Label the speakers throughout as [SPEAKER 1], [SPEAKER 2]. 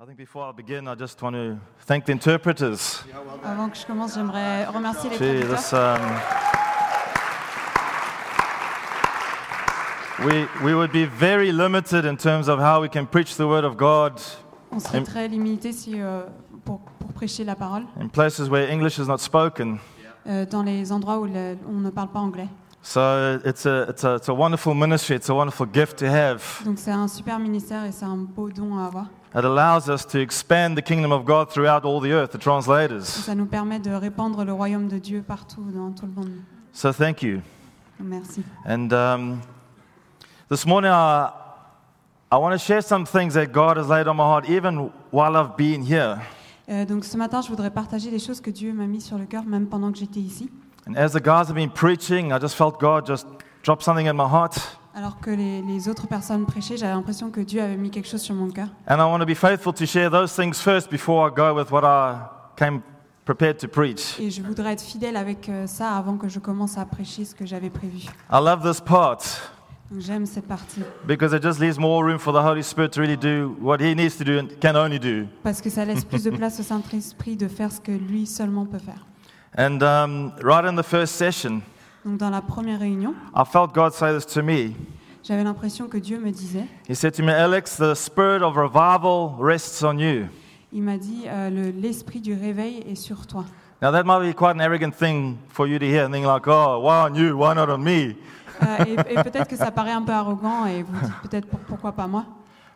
[SPEAKER 1] I think before I begin, I just want to thank the interpreters.
[SPEAKER 2] Avant que je commence, j'aimerais remercier les
[SPEAKER 1] Gee,
[SPEAKER 2] traducteurs.
[SPEAKER 1] this. Um, we, we would be very limited in terms of how we can preach the Word of God
[SPEAKER 2] On serait très limité si, euh, pour, pour prêcher la parole
[SPEAKER 1] in places where English is not spoken.
[SPEAKER 2] euh, dans les endroits où le- on ne parle pas anglais.
[SPEAKER 1] So it's a, it's, a, it's a wonderful ministry, it's a wonderful gift to have.
[SPEAKER 2] Donc c'est un super ministère et c'est un beau don à avoir.
[SPEAKER 1] It allows us to expand the kingdom of God throughout all the earth, the translators.
[SPEAKER 2] Ça nous permet de répandre le royaume de Dieu partout dans tout le monde.
[SPEAKER 1] So thank you.
[SPEAKER 2] Donc, Merci.
[SPEAKER 1] And um, this morning, I, I want to share some things that God has laid on my heart, even while I've been here.
[SPEAKER 2] Euh, donc ce matin, je voudrais partager des choses que Dieu m'a mis sur le cœur, même pendant que j'étais ici.
[SPEAKER 1] And as the guys have been preaching, I just felt God just drop something in my heart.
[SPEAKER 2] Alors que les, les autres personnes prêchaient, j'avais l'impression que Dieu avait mis quelque chose sur mon cœur.
[SPEAKER 1] And I want to be faithful to share those things first before I go with what I came prepared to preach.
[SPEAKER 2] Et je voudrais être fidèle avec euh, ça avant que je commence à prêcher ce que j'avais prévu.
[SPEAKER 1] I love this part
[SPEAKER 2] Donc j'aime cette partie.
[SPEAKER 1] because it just leaves more room for the Holy Spirit to really do what He needs to do and can only do.
[SPEAKER 2] Parce que ça laisse plus de place au Saint-Esprit de faire ce que lui seulement peut faire.
[SPEAKER 1] And um, right in the first session,
[SPEAKER 2] Donc dans la première réunion,
[SPEAKER 1] I felt God say this to me.
[SPEAKER 2] j'avais l'impression que Dieu me disait,
[SPEAKER 1] He said to me, Alex, the spirit of revival rests on you.
[SPEAKER 2] il m'a dit, euh, le- l'esprit du réveil est sur toi.
[SPEAKER 1] Now, that might be quite an arrogant thing for you to hear and think, like, oh, why on you? Why not on me?
[SPEAKER 2] Euh, et et peut-être que ça paraît un peu arrogant et vous dites peut-être pour- pourquoi pas moi.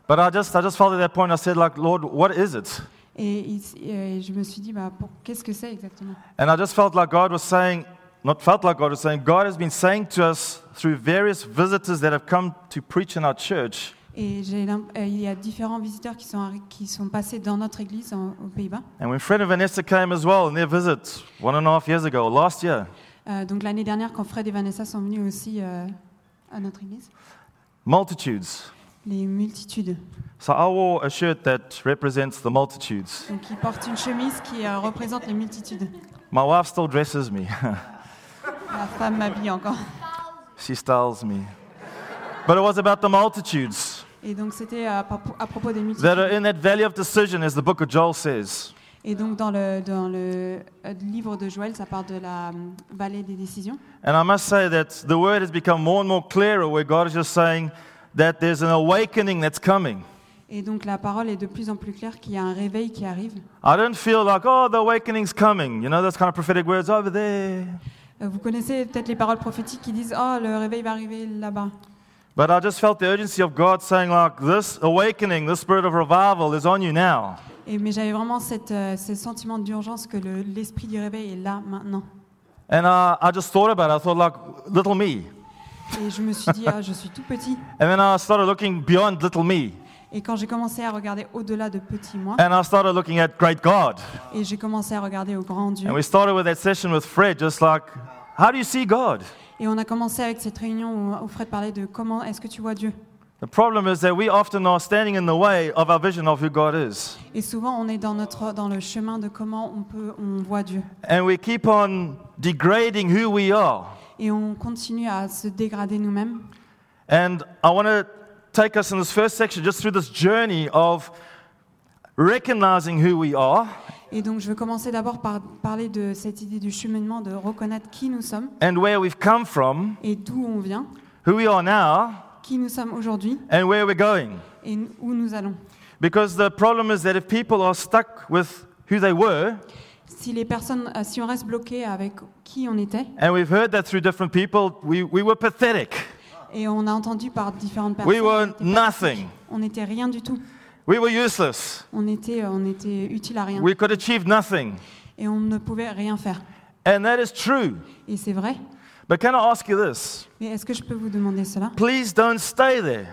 [SPEAKER 1] But I just, I just felt at that point, I said, like, Lord, what is it?
[SPEAKER 2] Et, il- et je me suis dit, bah, pour- qu'est-ce que c'est exactement
[SPEAKER 1] And I just felt like God was saying, not felt like God was saying, God has been saying to us through various visitors that have come to preach in our church,
[SPEAKER 2] Et j'ai l'im- euh, il y a différents visiteurs qui sont, arri- qui sont passés dans notre église en- aux Pays-Bas.
[SPEAKER 1] and when Fred and Vanessa came as well in their visit one and a half years ago, last year,
[SPEAKER 2] Euh, donc l'année dernière, quand Fred et Vanessa sont venus aussi euh, à notre église,
[SPEAKER 1] multitudes.
[SPEAKER 2] les multitudes.
[SPEAKER 1] So I wore a shirt that represents the multitudes.
[SPEAKER 2] Donc ils portent une chemise qui euh, représente les multitudes.
[SPEAKER 1] My wife still dresses me.
[SPEAKER 2] La femme m'habille encore.
[SPEAKER 1] She styles me. But it was about the multitudes
[SPEAKER 2] Et donc c'était à, propos- à propos des multitudes.
[SPEAKER 1] that are in that valley of decision, as the book of Joel says.
[SPEAKER 2] Et donc dans le, dans le euh, livre de Joël, ça part de la euh, vallée des décisions.
[SPEAKER 1] And I must say that the word has become more and more clearer, where God is just saying that there's an awakening that's coming.
[SPEAKER 2] Et donc la parole est de plus en plus claire qu'il y a un réveil qui arrive.
[SPEAKER 1] I don't feel like, oh, the awakening's coming. You know, those kind of prophetic words over there.
[SPEAKER 2] Euh, Vous connaissez peut-être les paroles prophétiques qui disent Oh, le réveil va arriver là-bas.
[SPEAKER 1] But I just felt the urgency of God saying, like, this awakening, this spirit of revival is on you now.
[SPEAKER 2] Et, mais j'avais vraiment cette, euh, ce sentiment d'urgence que le- l'esprit du réveil est là maintenant.
[SPEAKER 1] And I, I just thought about it. I thought, like, little me.
[SPEAKER 2] Et je me suis dit Ah, je suis tout petit.
[SPEAKER 1] And then I started looking beyond little me.
[SPEAKER 2] Et quand j'ai commencé à regarder au-delà de petit moi,
[SPEAKER 1] And I started looking at great God.
[SPEAKER 2] et j'ai commencé à regarder au grand Dieu,
[SPEAKER 1] And we started with that session with Fred, just like, how do you see God?
[SPEAKER 2] et on a commencé avec cette réunion où, où Fred parlait de comment est-ce que tu vois Dieu.
[SPEAKER 1] The problem is that we often are standing in the way of our vision of who God is.
[SPEAKER 2] Et souvent, on est dans, notre, dans le chemin de comment on, peut, on voit Dieu.
[SPEAKER 1] And we keep on degrading who we are.
[SPEAKER 2] Et on continue à se dégrader nous-mêmes.
[SPEAKER 1] And I want to take us in this first section just through this journey of recognizing who we are
[SPEAKER 2] Et donc, je veux commencer d'abord par parler de cette idée du cheminement, de reconnaître qui nous sommes
[SPEAKER 1] and where we've come from,
[SPEAKER 2] et d'où on vient,
[SPEAKER 1] who we are now,
[SPEAKER 2] qui nous sommes aujourd'hui
[SPEAKER 1] and where we're going.
[SPEAKER 2] et n- où nous allons.
[SPEAKER 1] Because the problem is that if people are stuck with who they were,
[SPEAKER 2] Si les personnes, euh, si on reste bloqué avec qui on était,
[SPEAKER 1] and we've heard that through different people, we, we were pathetic.
[SPEAKER 2] et on a entendu par différentes personnes,
[SPEAKER 1] We were
[SPEAKER 2] on était pas-
[SPEAKER 1] nothing.
[SPEAKER 2] on n'était rien du tout.
[SPEAKER 1] We were useless.
[SPEAKER 2] On était, euh, on était utile à rien
[SPEAKER 1] We could achieve nothing.
[SPEAKER 2] et on ne pouvait rien faire.
[SPEAKER 1] And that is true.
[SPEAKER 2] Et c'est vrai.
[SPEAKER 1] But can I ask you this?
[SPEAKER 2] Mais est-ce que je peux vous demander cela
[SPEAKER 1] Please don't stay there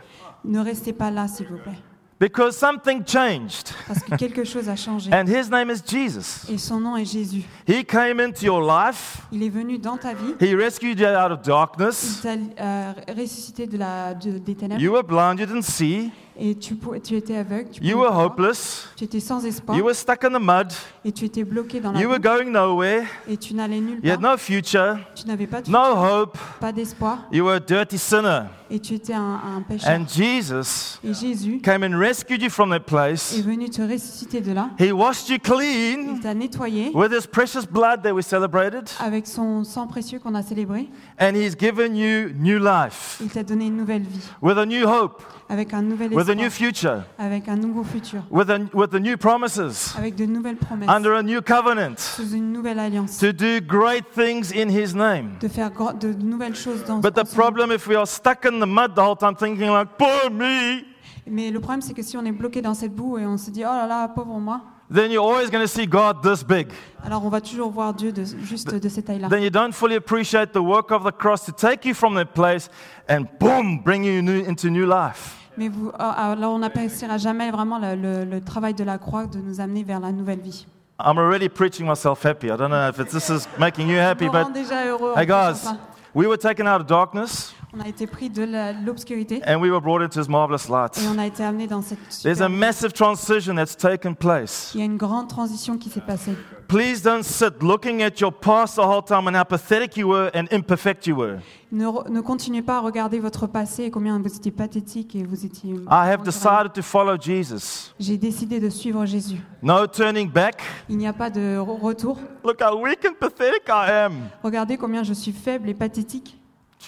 [SPEAKER 2] Ne restez pas là, s'il vous plaît,
[SPEAKER 1] because something changed.
[SPEAKER 2] parce que quelque chose a changé.
[SPEAKER 1] And his name is Jesus.
[SPEAKER 2] Et son nom est Jésus.
[SPEAKER 1] He came into your life,
[SPEAKER 2] Il est venu dans ta vie.
[SPEAKER 1] he rescued you out of
[SPEAKER 2] Il
[SPEAKER 1] darkness.
[SPEAKER 2] t'a euh, ressuscité de la, de- des ténèbres.
[SPEAKER 1] You were blind, you didn't see.
[SPEAKER 2] Et tu, pou- tu étais aveugle, tu,
[SPEAKER 1] You were
[SPEAKER 2] pouvais pas voir,
[SPEAKER 1] hopeless.
[SPEAKER 2] tu étais sans espoir,
[SPEAKER 1] You were stuck in the mud.
[SPEAKER 2] et tu étais bloqué dans la
[SPEAKER 1] You were
[SPEAKER 2] boue,
[SPEAKER 1] going nowhere.
[SPEAKER 2] et tu n'allais nulle
[SPEAKER 1] You
[SPEAKER 2] part.
[SPEAKER 1] had no future,
[SPEAKER 2] tu n'avais pas, de
[SPEAKER 1] no hope.
[SPEAKER 2] futur, pas d'espoir,
[SPEAKER 1] You were a dirty sinner.
[SPEAKER 2] et tu étais un, un pécheur.
[SPEAKER 1] And Jesus
[SPEAKER 2] et Jésus
[SPEAKER 1] came and rescued you from that
[SPEAKER 2] est
[SPEAKER 1] place.
[SPEAKER 2] venu te ressusciter de là.
[SPEAKER 1] He washed you
[SPEAKER 2] Il
[SPEAKER 1] clean
[SPEAKER 2] t'a nettoyé
[SPEAKER 1] with his precious blood that we celebrated.
[SPEAKER 2] avec son sang précieux qu'on a célébré.
[SPEAKER 1] And he's given you new life
[SPEAKER 2] Il t'a donné une nouvelle vie,
[SPEAKER 1] with a new hope,
[SPEAKER 2] avec un nouvel
[SPEAKER 1] with a
[SPEAKER 2] espoir,
[SPEAKER 1] new future,
[SPEAKER 2] avec un nouveau futur,
[SPEAKER 1] with, a, with the new promises,
[SPEAKER 2] avec de nouvelles promesses,
[SPEAKER 1] under a new covenant,
[SPEAKER 2] sous une nouvelle alliance,
[SPEAKER 1] to do great things in his name.
[SPEAKER 2] de faire gro- de nouvelles choses dans
[SPEAKER 1] But the
[SPEAKER 2] en son nom.
[SPEAKER 1] problem, if we are stuck in the mud the whole time, thinking like, poor me,
[SPEAKER 2] Mais le problème, c'est que si on est bloqué dans cette boue et on se dit oh là là, pauvre moi,
[SPEAKER 1] then you're always going to see God this big.
[SPEAKER 2] alors on va toujours voir Dieu de- juste de cette taille-là.
[SPEAKER 1] Then you don't fully appreciate the work of the cross to take you from that place and boom, bring you new, into new life.
[SPEAKER 2] Mais vous, ah, alors on n'appréciera jamais vraiment le, le- le travail de la croix de nous amener vers la nouvelle vie.
[SPEAKER 1] I'm already preaching myself happy. I don't know if it's, this is making you happy,
[SPEAKER 2] On rend
[SPEAKER 1] but
[SPEAKER 2] déjà heureux. en
[SPEAKER 1] hey, guys,
[SPEAKER 2] faisant ça.
[SPEAKER 1] we were taken out of darkness
[SPEAKER 2] On a été pris de la- l'obscurité
[SPEAKER 1] and we were brought into His marvelous light.
[SPEAKER 2] et on a été amené dans cette.
[SPEAKER 1] There's a
[SPEAKER 2] super-
[SPEAKER 1] massive transition that's taken place.
[SPEAKER 2] Il y a une grande transition qui s'est passée.
[SPEAKER 1] Please don't sit looking at your past the whole time and how pathetic you were and imperfect you were.
[SPEAKER 2] Ne, re- ne continuez pas à regarder votre passé et combien vous étiez pathétique et vous étiez.
[SPEAKER 1] I have decided to follow Jesus.
[SPEAKER 2] J'ai décidé de suivre Jésus.
[SPEAKER 1] No turning back.
[SPEAKER 2] Il n'y a pas de re- retour.
[SPEAKER 1] Look how weak and pathetic I am.
[SPEAKER 2] Regardez combien je suis faible et pathétique.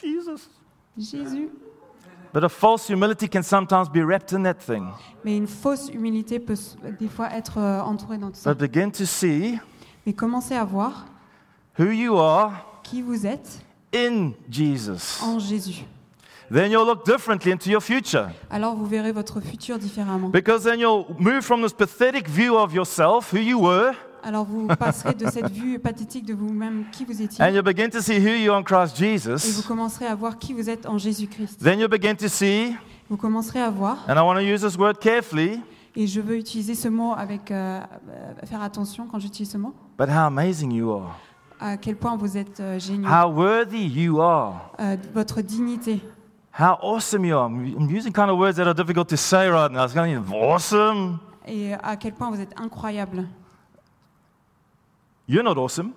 [SPEAKER 1] Jesus.
[SPEAKER 2] Jésus.
[SPEAKER 1] But a false humility can sometimes be wrapped in that thing.
[SPEAKER 2] Mais une fausse humilité peut s- des fois être euh, entourée dans tout ça.
[SPEAKER 1] But begin to see
[SPEAKER 2] Mais commencez à voir
[SPEAKER 1] who you are
[SPEAKER 2] qui vous êtes
[SPEAKER 1] in Jesus.
[SPEAKER 2] en Jésus.
[SPEAKER 1] Then you'll look differently into your future.
[SPEAKER 2] Alors vous verrez votre futur différemment.
[SPEAKER 1] Because then you'll move from this pathetic view of yourself, who you were,
[SPEAKER 2] Alors vous passerez de cette vue pathétique de vous-même qui vous étiez
[SPEAKER 1] and you'll begin to see who you are in Christ
[SPEAKER 2] et vous
[SPEAKER 1] Jesus.
[SPEAKER 2] commencerez à voir qui vous êtes en Jésus-Christ.
[SPEAKER 1] Then you'll begin to see,
[SPEAKER 2] Vous commencerez à voir,
[SPEAKER 1] and I want to use this word carefully,
[SPEAKER 2] et je veux utiliser ce mot avec euh, euh, faire attention quand j'utilise ce mot,
[SPEAKER 1] but how amazing you are,
[SPEAKER 2] à quel point vous êtes euh, géniaux,
[SPEAKER 1] how worthy you are,
[SPEAKER 2] euh, de votre dignité,
[SPEAKER 1] how awesome you are. I'm I'm using kind of words that are difficult to say right now. It's going to be awesome.
[SPEAKER 2] et à quel point vous êtes incroyable.
[SPEAKER 1] You're not awesome.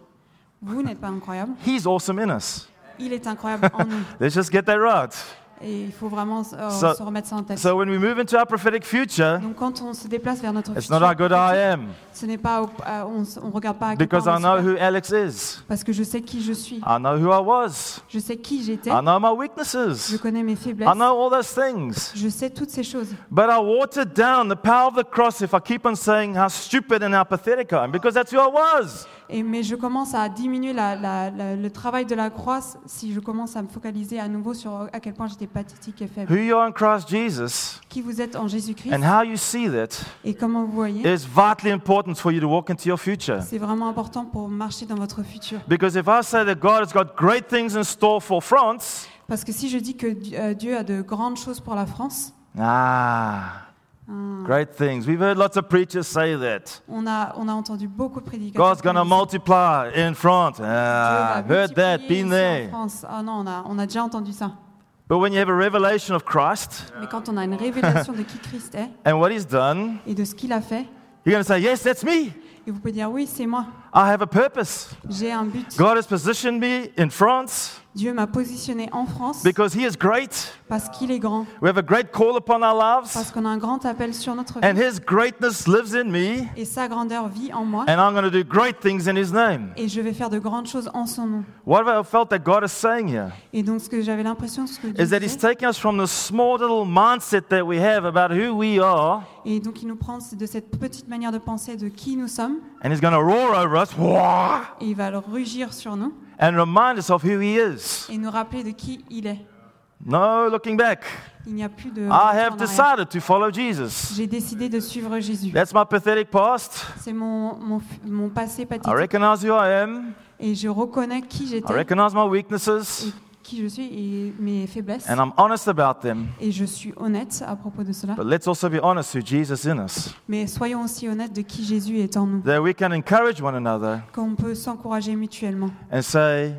[SPEAKER 2] Vous n'êtes pas incroyable,
[SPEAKER 1] He's awesome in us.
[SPEAKER 2] il est incroyable en nous.
[SPEAKER 1] Let's just get that right.
[SPEAKER 2] Et il faut vraiment euh,
[SPEAKER 1] So-
[SPEAKER 2] se remettre ça en tête.
[SPEAKER 1] So when we move into our prophetic future,
[SPEAKER 2] Donc quand on se déplace vers notre
[SPEAKER 1] it's
[SPEAKER 2] futur,
[SPEAKER 1] not how good I am,
[SPEAKER 2] ce n'est pas, au- euh, on, s- on regarde pas à quel
[SPEAKER 1] because
[SPEAKER 2] point
[SPEAKER 1] I
[SPEAKER 2] on est
[SPEAKER 1] know
[SPEAKER 2] super,
[SPEAKER 1] who Ah. Alex is.
[SPEAKER 2] parce que je sais qui je suis,
[SPEAKER 1] I know who I was.
[SPEAKER 2] je sais qui j'étais,
[SPEAKER 1] I know my
[SPEAKER 2] je
[SPEAKER 1] weaknesses.
[SPEAKER 2] connais mes faiblesses,
[SPEAKER 1] I know all those things.
[SPEAKER 2] je sais toutes ces choses.
[SPEAKER 1] But I watered down the power of the cross if I keep on saying how stupid and how pathetic I am, because that's who I was.
[SPEAKER 2] Et, mais je commence à diminuer la- la- la- le travail de la croix si je commence à me focaliser à nouveau sur à quel point j'étais pathétique et faible.
[SPEAKER 1] Who you are in Christ Jesus
[SPEAKER 2] Qui vous êtes en Jésus-Christ
[SPEAKER 1] and how you see that
[SPEAKER 2] et comment vous voyez,
[SPEAKER 1] is vitally important for you to walk into your future.
[SPEAKER 2] c'est vraiment important pour marcher dans votre futur.
[SPEAKER 1] Because if I say that God has got great things in store for France,
[SPEAKER 2] Parce que si je dis que Di- euh, Dieu a de grandes choses pour la France,
[SPEAKER 1] ah,
[SPEAKER 2] hein,
[SPEAKER 1] great things. We've heard lots of preachers say that.
[SPEAKER 2] on, a, on a entendu beaucoup de prédicateurs.
[SPEAKER 1] God's going to
[SPEAKER 2] qui disent,
[SPEAKER 1] multiply in France.
[SPEAKER 2] Dieu
[SPEAKER 1] Ah,
[SPEAKER 2] va
[SPEAKER 1] heard that,
[SPEAKER 2] multiplier
[SPEAKER 1] been
[SPEAKER 2] ici en
[SPEAKER 1] there.
[SPEAKER 2] France. Ah non, on a, on a déjà entendu ça.
[SPEAKER 1] But when you have a revelation of Christ,
[SPEAKER 2] Mais quand on a une révélation de qui Christ est
[SPEAKER 1] and what he's done,
[SPEAKER 2] et de ce qu'il a fait,
[SPEAKER 1] you're going to say, Yes, that's me.
[SPEAKER 2] et vous pouvez dire oui, c'est moi,
[SPEAKER 1] I have a purpose.
[SPEAKER 2] j'ai un but.
[SPEAKER 1] God has positioned me in France
[SPEAKER 2] Dieu m'a positionné en France
[SPEAKER 1] because he is great.
[SPEAKER 2] parce qu'il est grand,
[SPEAKER 1] We have a great call upon our
[SPEAKER 2] parce
[SPEAKER 1] lives,
[SPEAKER 2] qu'on a un grand appel sur notre
[SPEAKER 1] and
[SPEAKER 2] vie
[SPEAKER 1] his greatness lives in me,
[SPEAKER 2] et sa grandeur vit en moi
[SPEAKER 1] and I'm going to do great things in his name.
[SPEAKER 2] et je vais faire de grandes choses en son nom.
[SPEAKER 1] What I felt that God is saying here
[SPEAKER 2] Et donc ce que j'avais l'impression, ce que Dieu
[SPEAKER 1] is that he's
[SPEAKER 2] disait,
[SPEAKER 1] taking us from the small little mindset that we have about who we are,
[SPEAKER 2] et donc il nous prend de cette petite manière de penser de qui nous sommes
[SPEAKER 1] and he's going to roar over us "Wah!"
[SPEAKER 2] et il va le rugir sur nous
[SPEAKER 1] and remind us of who he is.
[SPEAKER 2] et nous rappeler de qui il est.
[SPEAKER 1] No looking back.
[SPEAKER 2] Il n'y a plus de...
[SPEAKER 1] I have
[SPEAKER 2] en arrière.
[SPEAKER 1] decided to follow Jesus.
[SPEAKER 2] J'ai décidé de suivre Jésus.
[SPEAKER 1] That's my pathetic past.
[SPEAKER 2] C'est mon, mon, mon passé
[SPEAKER 1] I
[SPEAKER 2] pathétique.
[SPEAKER 1] recognize who I am.
[SPEAKER 2] Et je reconnais qui
[SPEAKER 1] I
[SPEAKER 2] j'étais,
[SPEAKER 1] recognize my weaknesses.
[SPEAKER 2] et qui je suis et mes faiblesses.
[SPEAKER 1] And I'm honest about them.
[SPEAKER 2] Et je suis honnête à propos de cela.
[SPEAKER 1] But let's also be honest who Jesus in us.
[SPEAKER 2] Mais soyons aussi honnêtes de qui Jésus est en nous.
[SPEAKER 1] That we can encourage one another
[SPEAKER 2] Qu'on peut s'encourager mutuellement
[SPEAKER 1] and say,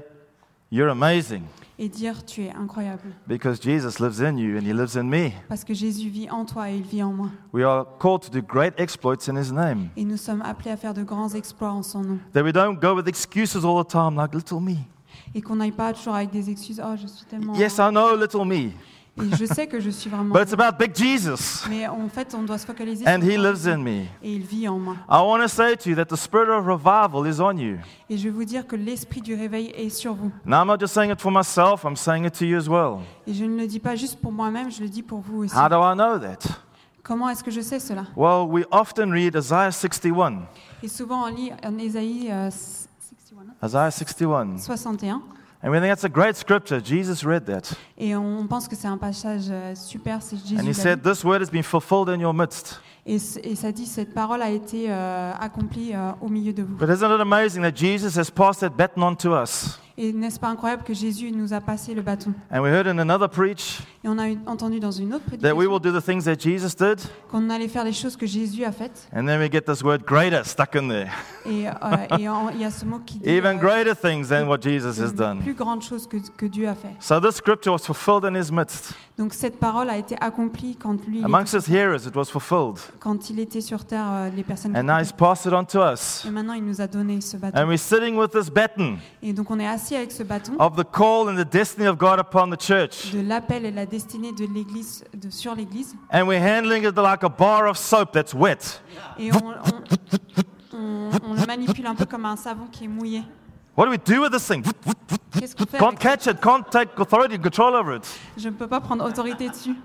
[SPEAKER 1] You're amazing.
[SPEAKER 2] et dire tu es incroyable
[SPEAKER 1] because Jesus lives in you and he lives in me.
[SPEAKER 2] parce que Jésus vit en toi et il vit en moi.
[SPEAKER 1] We are called to do great exploits in his name.
[SPEAKER 2] Et nous sommes appelés à faire de grands exploits en son nom.
[SPEAKER 1] That we don't go with excuses all the time like little me.
[SPEAKER 2] Et qu'on n'aille pas toujours avec des excuses. Oh, je suis tellement.
[SPEAKER 1] Yes, I know little me,
[SPEAKER 2] Et je sais que je suis vraiment.
[SPEAKER 1] but it's about big Jesus
[SPEAKER 2] Mais en fait, on doit se focaliser
[SPEAKER 1] and
[SPEAKER 2] sur
[SPEAKER 1] he lives in me.
[SPEAKER 2] et il vit en moi.
[SPEAKER 1] I want to say to you that the spirit of revival is on you.
[SPEAKER 2] Et je vais vous dire que l'esprit du réveil est sur vous.
[SPEAKER 1] Now, I'm not just saying it for myself, I'm saying it to you as well.
[SPEAKER 2] Et je ne le dis pas juste pour moi-même, je le dis pour vous aussi.
[SPEAKER 1] How do I know that?
[SPEAKER 2] Comment est-ce que je sais cela
[SPEAKER 1] Well, we often read Isaiah 61.
[SPEAKER 2] Et souvent, on lit en Ésaïe euh, 61,
[SPEAKER 1] Isaiah 61.
[SPEAKER 2] 61
[SPEAKER 1] And we think that's a great scripture. Jesus read that.
[SPEAKER 2] et on pense que c'est un passage euh, super, c'est Jésus.
[SPEAKER 1] And he
[SPEAKER 2] l'a
[SPEAKER 1] said,
[SPEAKER 2] dit.
[SPEAKER 1] This word has been fulfilled in your midst.
[SPEAKER 2] Et, c- et ça dit, cette parole a été euh, accomplie euh, au milieu de vous.
[SPEAKER 1] But isn't it amazing that Jesus has passed that baton on to us?
[SPEAKER 2] Et n'est-ce pas incroyable que Jésus nous a passé le bâton
[SPEAKER 1] And we heard in another preach
[SPEAKER 2] Et on a eu- entendu dans une autre
[SPEAKER 1] that we
[SPEAKER 2] prédication
[SPEAKER 1] will do the things that Jesus did,
[SPEAKER 2] qu'on allait faire les choses que Jésus a faites.
[SPEAKER 1] and then we get this word greater stuck in there.
[SPEAKER 2] Et euh, et en- il y a ce mot qui dit
[SPEAKER 1] Even
[SPEAKER 2] euh,
[SPEAKER 1] greater things than what Jesus has
[SPEAKER 2] une
[SPEAKER 1] done.
[SPEAKER 2] plus grande chose que, que Dieu a fait.
[SPEAKER 1] So this scripture was fulfilled in his midst.
[SPEAKER 2] Donc cette parole a été accomplie quand lui, il
[SPEAKER 1] Amongst his hearers, it was fulfilled.
[SPEAKER 2] était- quand il était sur terre, euh, les personnes. qui
[SPEAKER 1] And now
[SPEAKER 2] étaient-
[SPEAKER 1] he's passed it on to us.
[SPEAKER 2] Et maintenant, il nous a donné ce bâton.
[SPEAKER 1] And Oh. we're sitting with this baton
[SPEAKER 2] Et donc, on est assis avec ce bâton
[SPEAKER 1] of the call and the destiny of God upon the church.
[SPEAKER 2] de l'appel et la destinée de l'Église, de, sur l'Église.
[SPEAKER 1] And we're handling it like a bar of soap that's wet.
[SPEAKER 2] Et on, on- on- on le manipule un peu comme un savon qui est mouillé.
[SPEAKER 1] What do we do with this thing?
[SPEAKER 2] Qu'est-ce qu'on fait
[SPEAKER 1] Can't
[SPEAKER 2] avec ça
[SPEAKER 1] catch it, can't take authority and control over it.
[SPEAKER 2] Je ne peux pas prendre autorité dessus.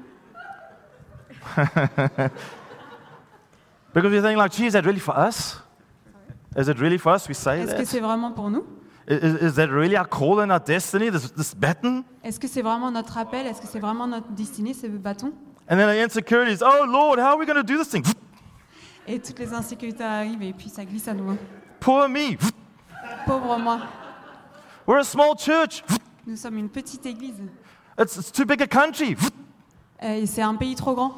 [SPEAKER 1] Because we think like, gee, is that really for us? Is it really for us? We say
[SPEAKER 2] Est-ce
[SPEAKER 1] that.
[SPEAKER 2] que
[SPEAKER 1] Is,
[SPEAKER 2] c'est vraiment pour nous
[SPEAKER 1] is- is that really our call and our destiny, this, this baton?
[SPEAKER 2] Est-ce que c'est vraiment notre appel Est-ce que c'est vraiment notre destinée, ce bâton
[SPEAKER 1] And then our insecurities, oh Lord, how are we going to do this thing?
[SPEAKER 2] Et toutes les insécurités arrivent et puis ça glisse à nouveau.
[SPEAKER 1] Poor me.
[SPEAKER 2] Pauvre moi,
[SPEAKER 1] We're a small church.
[SPEAKER 2] nous sommes une petite église.
[SPEAKER 1] It's, it's too big a country.
[SPEAKER 2] Euh, Et c'est un pays trop grand.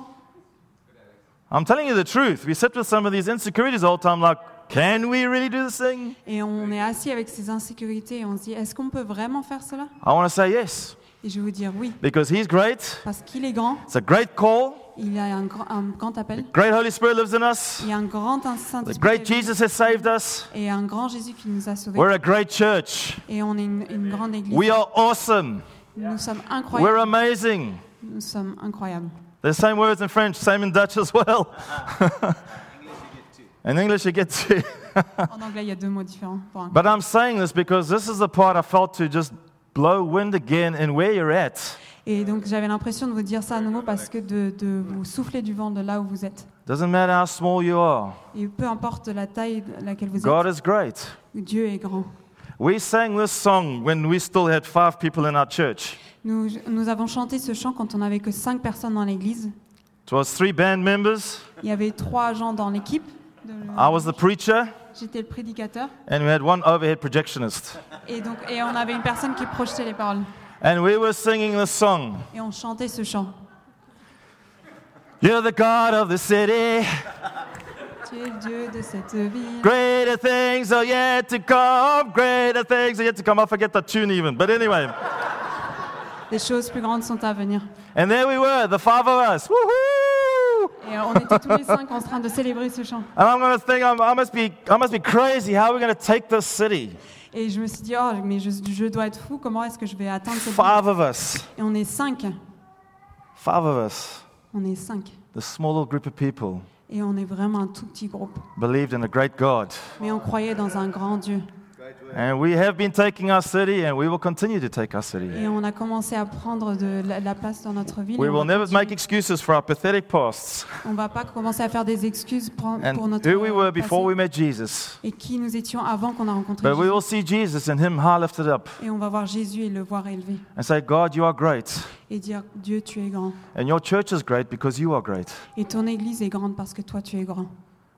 [SPEAKER 1] I'm telling you the truth. We sit with some of these insecurities all the time, like, can we really do this thing?
[SPEAKER 2] Et on est assis avec ces insécurités et on se dit, est-ce qu'on peut vraiment faire cela
[SPEAKER 1] I want to say yes,
[SPEAKER 2] Et je vais vous dire oui,
[SPEAKER 1] because He's great.
[SPEAKER 2] parce qu'il est grand,
[SPEAKER 1] It's a great call.
[SPEAKER 2] il a un grand, un grand appel,
[SPEAKER 1] Great Holy Spirit lives in us.
[SPEAKER 2] il y a un grand
[SPEAKER 1] The
[SPEAKER 2] Saint-Esprit
[SPEAKER 1] great Jesus has saved us.
[SPEAKER 2] et un grand Jésus qui nous a sauvés.
[SPEAKER 1] We're a great church.
[SPEAKER 2] Et on est une, une grande église.
[SPEAKER 1] We are awesome.
[SPEAKER 2] Nous sommes
[SPEAKER 1] We're
[SPEAKER 2] incroyables.
[SPEAKER 1] amazing.
[SPEAKER 2] Nous sommes incroyables.
[SPEAKER 1] The same words in French, same in Dutch as well. in English, you get two. Ah.
[SPEAKER 2] En anglais, il y a deux mots différents. pour un.
[SPEAKER 1] But I'm saying this because this is the part I felt to just blow wind again in where you're at.
[SPEAKER 2] Et donc, j'avais l'impression de vous dire ça à nouveau parce que de, de vous souffler du vent de là où vous êtes.
[SPEAKER 1] Doesn't matter how small you are,
[SPEAKER 2] Et peu importe la taille de laquelle vous
[SPEAKER 1] God
[SPEAKER 2] êtes,
[SPEAKER 1] is great.
[SPEAKER 2] Dieu est grand.
[SPEAKER 1] We sang this song when we still had five people in our church.
[SPEAKER 2] Nous, nous avons chanté ce chant quand on n'avait que cinq personnes dans l'église.
[SPEAKER 1] It was three band members,
[SPEAKER 2] Il y avait trois gens dans l'équipe. de-
[SPEAKER 1] I was the preacher,
[SPEAKER 2] J'étais le prédicateur.
[SPEAKER 1] and we had one overhead projectionist.
[SPEAKER 2] Et, donc, et on avait une personne qui projetait les paroles.
[SPEAKER 1] And we were singing this song.
[SPEAKER 2] Et on chantait ce chant.
[SPEAKER 1] You're the God of the city.
[SPEAKER 2] Tu es le Dieu de cette ville.
[SPEAKER 1] Greater things are yet to come. Greater things are yet to come. I forget the tune even. But anyway.
[SPEAKER 2] Des choses plus grandes sont à venir.
[SPEAKER 1] And there we were, the five of us. Woohoo!
[SPEAKER 2] Et euh, on était tous les cinq en train de célébrer ce chant.
[SPEAKER 1] And I'm going to think, I'm, I, must be, I must be crazy. How are we going to take this city?
[SPEAKER 2] Et je me suis dit, oh, mais je, je dois être fou. Comment est-ce que je vais atteindre cette ville
[SPEAKER 1] Five of us.
[SPEAKER 2] Et on est cinq.
[SPEAKER 1] Five of us.
[SPEAKER 2] On est cinq.
[SPEAKER 1] The small little group of people
[SPEAKER 2] Et on est vraiment un tout petit groupe.
[SPEAKER 1] believed in a great God.
[SPEAKER 2] Mais on croyait dans un grand Dieu.
[SPEAKER 1] And we have been taking our city, and we will continue to take our city.
[SPEAKER 2] Et on a commencé à prendre de la, la place dans notre ville.
[SPEAKER 1] We
[SPEAKER 2] Et on
[SPEAKER 1] will
[SPEAKER 2] va
[SPEAKER 1] never
[SPEAKER 2] continuer.
[SPEAKER 1] make excuses for our pathetic pasts
[SPEAKER 2] On va pas commencer à faire des excuses pour,
[SPEAKER 1] and
[SPEAKER 2] pour notre
[SPEAKER 1] who we were
[SPEAKER 2] euh, passé
[SPEAKER 1] before we Ben met Jesus.
[SPEAKER 2] et qui nous étions avant qu'on a rencontré
[SPEAKER 1] But we
[SPEAKER 2] Jésus.
[SPEAKER 1] will see Jesus and Him high lifted up.
[SPEAKER 2] Et on va voir Jésus et le voir élevé
[SPEAKER 1] and say, God, you are great.
[SPEAKER 2] et dire Dieu, tu es grand.
[SPEAKER 1] And your church is great because you are great.
[SPEAKER 2] Et ton Église est grande parce que toi, tu es grand.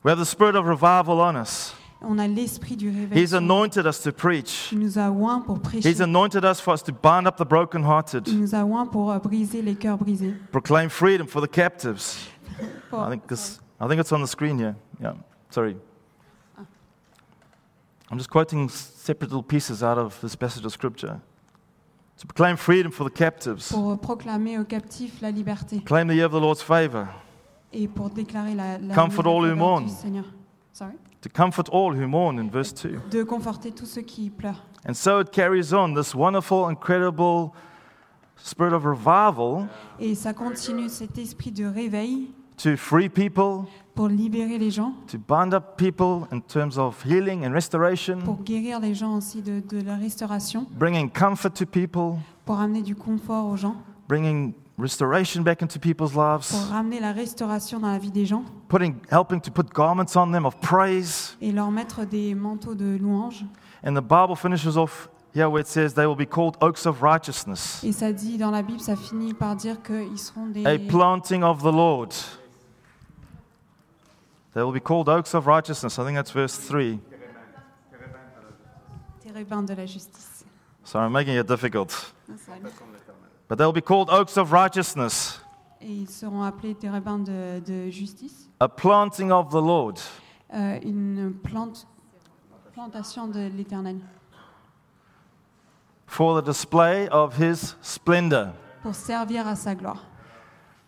[SPEAKER 1] We have the spirit of revival on us.
[SPEAKER 2] On a l'esprit du réveil.
[SPEAKER 1] He's anointed us to preach.
[SPEAKER 2] Tu nous as oint pour prêcher.
[SPEAKER 1] He's anointed us for us to bind up the
[SPEAKER 2] Il
[SPEAKER 1] brokenhearted,
[SPEAKER 2] nous a oint pour euh, briser les cœurs brisés.
[SPEAKER 1] proclaim freedom for the captives.
[SPEAKER 2] Pour-
[SPEAKER 1] I think this, I think it's on the screen here. Yeah, sorry. I'm just quoting separate little pieces out of this passage of scripture. to proclaim freedom for the captives,
[SPEAKER 2] pour euh, proclamer aux captifs la liberté
[SPEAKER 1] claim the year of the Lord's favor,
[SPEAKER 2] et pour déclarer la, la
[SPEAKER 1] Comfort all
[SPEAKER 2] nouvelle
[SPEAKER 1] who
[SPEAKER 2] faveur
[SPEAKER 1] mourn.
[SPEAKER 2] du Seigneur. Sorry.
[SPEAKER 1] to comfort all who mourn in verse 2.
[SPEAKER 2] De conforter tous ceux qui pleurent.
[SPEAKER 1] And so it carries on this wonderful, incredible spirit of revival
[SPEAKER 2] Et ça continue cet esprit de réveil
[SPEAKER 1] to free people,
[SPEAKER 2] pour libérer les gens,
[SPEAKER 1] to bind up people in terms of healing and restoration,
[SPEAKER 2] pour guérir les gens aussi de, de la restauration,
[SPEAKER 1] bringing comfort to people,
[SPEAKER 2] pour amener du confort aux gens,
[SPEAKER 1] bringing restoration back into people's lives,
[SPEAKER 2] pour ramener la restauration dans la vie des gens
[SPEAKER 1] putting, helping to put garments on them of praise.
[SPEAKER 2] et leur mettre des manteaux de louange.
[SPEAKER 1] And the Bible finishes off here where it says they will be called oaks of righteousness,
[SPEAKER 2] Et ça dit dans la Bible, ça finit par dire qu'ils seront des,
[SPEAKER 1] a planting of the Lord. They will be called oaks of righteousness. I think that's verse 3.
[SPEAKER 2] des rébins de la justice.
[SPEAKER 1] Sorry, I'm making it difficult.
[SPEAKER 2] Non, ça va.
[SPEAKER 1] But they'll be called oaks of righteousness,
[SPEAKER 2] Et ils seront appelés des rébins de, de justice,
[SPEAKER 1] a planting of the Lord.
[SPEAKER 2] Euh, une plante, plantation de l'Éternel,
[SPEAKER 1] for the display of his splendor.
[SPEAKER 2] pour servir à sa gloire.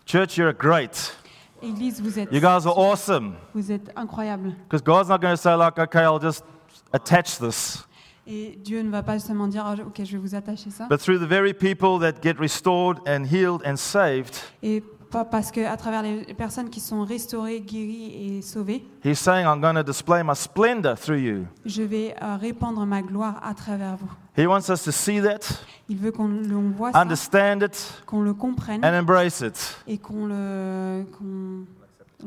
[SPEAKER 1] Church, you're great.
[SPEAKER 2] Église, vous êtes,
[SPEAKER 1] You guys are awesome.
[SPEAKER 2] vous êtes incroyable.
[SPEAKER 1] Because God's not going to say, like, okay, I'll just attach this.
[SPEAKER 2] Et Dieu ne va pas seulement dire, Ah, ok, je vais vous attacher ça.
[SPEAKER 1] But through the very people that get restored and healed and saved,
[SPEAKER 2] Et pas parce que à travers les personnes qui sont restaurées, guéries et sauvées,
[SPEAKER 1] he's saying, I'm going to display my splendor through you.
[SPEAKER 2] je vais euh, répandre ma gloire à travers vous.
[SPEAKER 1] He wants us to see that,
[SPEAKER 2] Il veut qu'on l'on voit ça,
[SPEAKER 1] understand it,
[SPEAKER 2] qu'on le comprenne
[SPEAKER 1] and embrace it.
[SPEAKER 2] et qu'on le qu'on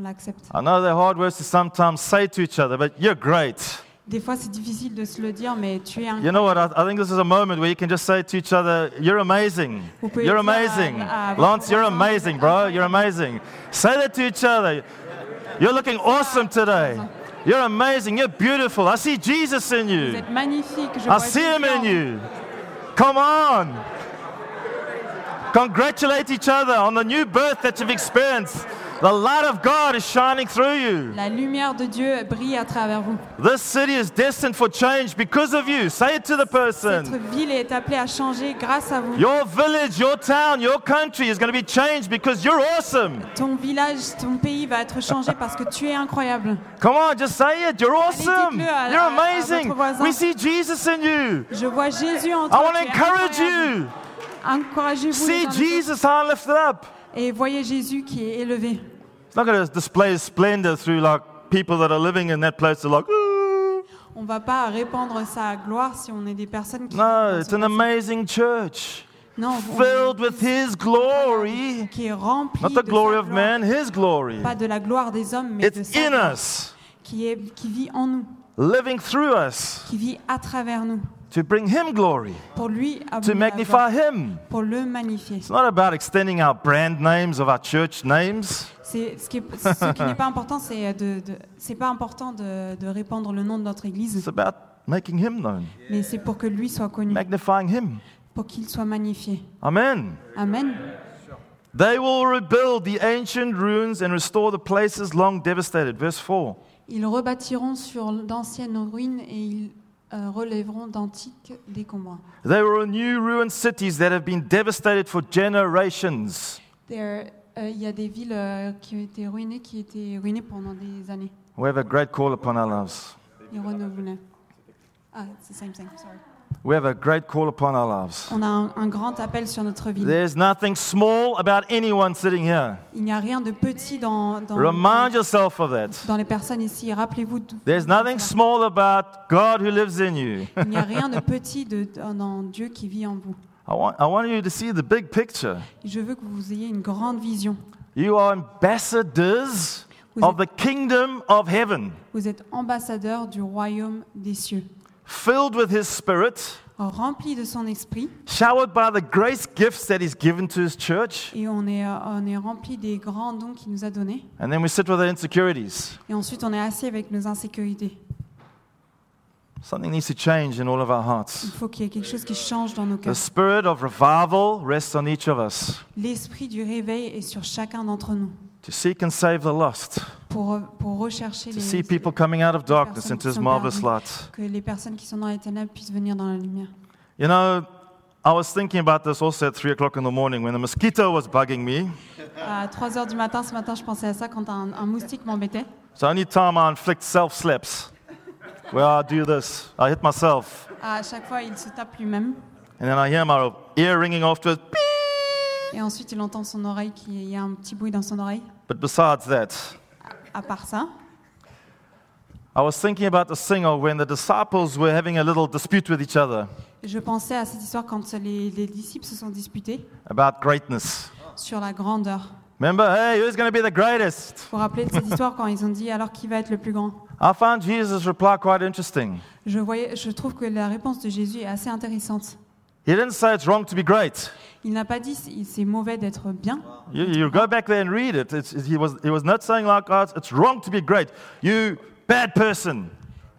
[SPEAKER 2] l'accepte.
[SPEAKER 1] I know they're hard words to sometimes say to each other, but you're great.
[SPEAKER 2] Des fois, c'est difficile de se le dire, mais tu es un.
[SPEAKER 1] You know what? I, I think this is a moment where you can just say to each other, You're amazing.
[SPEAKER 2] Vous pouvez
[SPEAKER 1] You're
[SPEAKER 2] dire à-
[SPEAKER 1] amazing.
[SPEAKER 2] à votre
[SPEAKER 1] Lance, you're
[SPEAKER 2] voisin,
[SPEAKER 1] amazing, bro. You're amazing. Say that to each other. You're looking awesome today. You're amazing. You're beautiful. I see Jesus in
[SPEAKER 2] Vous
[SPEAKER 1] you.
[SPEAKER 2] êtes magnifique.
[SPEAKER 1] I
[SPEAKER 2] Je vois
[SPEAKER 1] see
[SPEAKER 2] Dieu
[SPEAKER 1] him
[SPEAKER 2] en
[SPEAKER 1] in you. Come on. Congratulate each other on the new birth that you've experienced. The light of God is shining through you.
[SPEAKER 2] La lumière de Dieu brille à travers vous.
[SPEAKER 1] This city is destined for change because of you. Say it to the person.
[SPEAKER 2] Cette ville est appelée à changer grâce à vous.
[SPEAKER 1] Your village, your town, your country is going to be changed because you're awesome.
[SPEAKER 2] Ton village, ton pays va être changé parce que tu es incroyable.
[SPEAKER 1] Come on, just say it. You're awesome.
[SPEAKER 2] dites-le à-
[SPEAKER 1] You're
[SPEAKER 2] à- à
[SPEAKER 1] amazing.
[SPEAKER 2] votre voisin.
[SPEAKER 1] We see Jesus in you.
[SPEAKER 2] Je vois Jésus en
[SPEAKER 1] I
[SPEAKER 2] toi.
[SPEAKER 1] want to
[SPEAKER 2] tu es
[SPEAKER 1] encourage
[SPEAKER 2] incroyable.
[SPEAKER 1] you.
[SPEAKER 2] Encouragez-vous les
[SPEAKER 1] See
[SPEAKER 2] uns les
[SPEAKER 1] Jesus high lifted up.
[SPEAKER 2] autres. et voyez Jésus qui est élevé.
[SPEAKER 1] It's not going to display his splendor through like people that are living in that place. They're like, "Ooh."
[SPEAKER 2] On va pas répandre sa gloire si on est des personnes qui
[SPEAKER 1] no, it's an amazing church
[SPEAKER 2] non, on-
[SPEAKER 1] filled with his glory.
[SPEAKER 2] qui est remplie
[SPEAKER 1] Not
[SPEAKER 2] de
[SPEAKER 1] the glory
[SPEAKER 2] sa
[SPEAKER 1] of
[SPEAKER 2] gloire.
[SPEAKER 1] man, his glory.
[SPEAKER 2] pas de la gloire des hommes mais de
[SPEAKER 1] It's
[SPEAKER 2] sa
[SPEAKER 1] in
[SPEAKER 2] gloire
[SPEAKER 1] us,
[SPEAKER 2] qui est qui vit en nous,
[SPEAKER 1] living through us
[SPEAKER 2] qui vit à travers nous
[SPEAKER 1] to bring him glory,
[SPEAKER 2] pour lui amener
[SPEAKER 1] to
[SPEAKER 2] la gloire,
[SPEAKER 1] magnify him.
[SPEAKER 2] pour le magnifier.
[SPEAKER 1] It's not about extending our brand names of our church names.
[SPEAKER 2] C'est ce qui, est- ce qui n'est pas important, c'est euh, de, de- c'est pas important de, de répandre le nom de notre
[SPEAKER 1] It's
[SPEAKER 2] Église,
[SPEAKER 1] about making Him known,
[SPEAKER 2] mais c'est pour que lui soit connu,
[SPEAKER 1] magnifying Him.
[SPEAKER 2] pour qu'il soit magnifié.
[SPEAKER 1] Amen.
[SPEAKER 2] Amen.
[SPEAKER 1] They will rebuild the ancient ruins and restore the places long devastated. Verse 4.
[SPEAKER 2] Ils rebâtiront sur d'anciennes ruines et ils euh, relèveront d'antiques décombres.
[SPEAKER 1] They will renew ruined cities that have been devastated for generations.
[SPEAKER 2] There- euh, Il y a des villes euh, qui ont été ruinées, qui étaient ruinées pendant des années.
[SPEAKER 1] We have a great call upon our lives.
[SPEAKER 2] Ils renouvelaient. Ah, it's the same thing, sorry.
[SPEAKER 1] We have a great call upon our lives.
[SPEAKER 2] On a un, un grand appel sur notre ville.
[SPEAKER 1] There's nothing small about anyone sitting here.
[SPEAKER 2] Il n'y a rien de petit dans, dans,
[SPEAKER 1] Remind yourself of that.
[SPEAKER 2] dans les personnes ici. Rappelez-vous. d'où-
[SPEAKER 1] There's nothing small about God who lives in you.
[SPEAKER 2] Il n'y a rien de petit de- dans Dieu qui vit en vous.
[SPEAKER 1] I want, I want you to see the big picture.
[SPEAKER 2] Je veux que vous ayez une grande vision.
[SPEAKER 1] You are ambassadors
[SPEAKER 2] Vous
[SPEAKER 1] of
[SPEAKER 2] êtes-
[SPEAKER 1] the kingdom of heaven,
[SPEAKER 2] Vous êtes ambassadeur du royaume des cieux,
[SPEAKER 1] filled with his spirit,
[SPEAKER 2] rempli de son esprit,
[SPEAKER 1] showered by the grace gifts that he's given to his church.
[SPEAKER 2] et on est, euh, on est rempli des grands dons qu'il nous a donnés.
[SPEAKER 1] And then we sit with our insecurities.
[SPEAKER 2] Et ensuite, on est assis avec nos insécurités.
[SPEAKER 1] Something needs to change in all of our
[SPEAKER 2] Il
[SPEAKER 1] hearts.
[SPEAKER 2] faut qu'il y ait quelque chose qui change dans nos
[SPEAKER 1] The
[SPEAKER 2] cœurs.
[SPEAKER 1] spirit of revival rests on each of us
[SPEAKER 2] L'esprit du réveil est sur chacun d'entre nous
[SPEAKER 1] to seek and save the lost,
[SPEAKER 2] pour, pour rechercher
[SPEAKER 1] to
[SPEAKER 2] les,
[SPEAKER 1] see people coming out of darkness into his marvelous light.
[SPEAKER 2] que les personnes qui sont dans les ténèbres puissent venir dans la lumière.
[SPEAKER 1] You know, I was thinking about this also at 3 o'clock in the morning when the mosquito was bugging me.
[SPEAKER 2] À 3 heures du matin, ce matin, je pensais à ça quand un, un moustique m'embêtait.
[SPEAKER 1] It's the only time I inflict self slaps where I do this. I hit myself.
[SPEAKER 2] À chaque fois, il se tape lui-même.
[SPEAKER 1] And then I hear my ear ringing afterwards. Beep.
[SPEAKER 2] Et ensuite, il entend son oreille, qui- il y a un petit bruit dans son oreille.
[SPEAKER 1] But besides that,
[SPEAKER 2] À part ça,
[SPEAKER 1] I was thinking about the singer when the disciples were having a little dispute with each other
[SPEAKER 2] je pensais à cette histoire quand les, les disciples se sont disputés
[SPEAKER 1] about greatness.
[SPEAKER 2] sur la grandeur.
[SPEAKER 1] Remember, hey, who's going to be the greatest?
[SPEAKER 2] Vous vous rappelez de cette histoire quand ils ont dit alors qui va être le plus grand
[SPEAKER 1] I found Jesus' reply quite interesting.
[SPEAKER 2] je, voyais, je trouve que la réponse de Jésus est assez intéressante.
[SPEAKER 1] He didn't say it's wrong to be great.
[SPEAKER 2] Il n'a pas dit c'est c'est mauvais d'être bien.
[SPEAKER 1] You, you go back there and read it. It's, it's- he, was, he was not saying, like, oh, it's, it's wrong to be great. You bad person.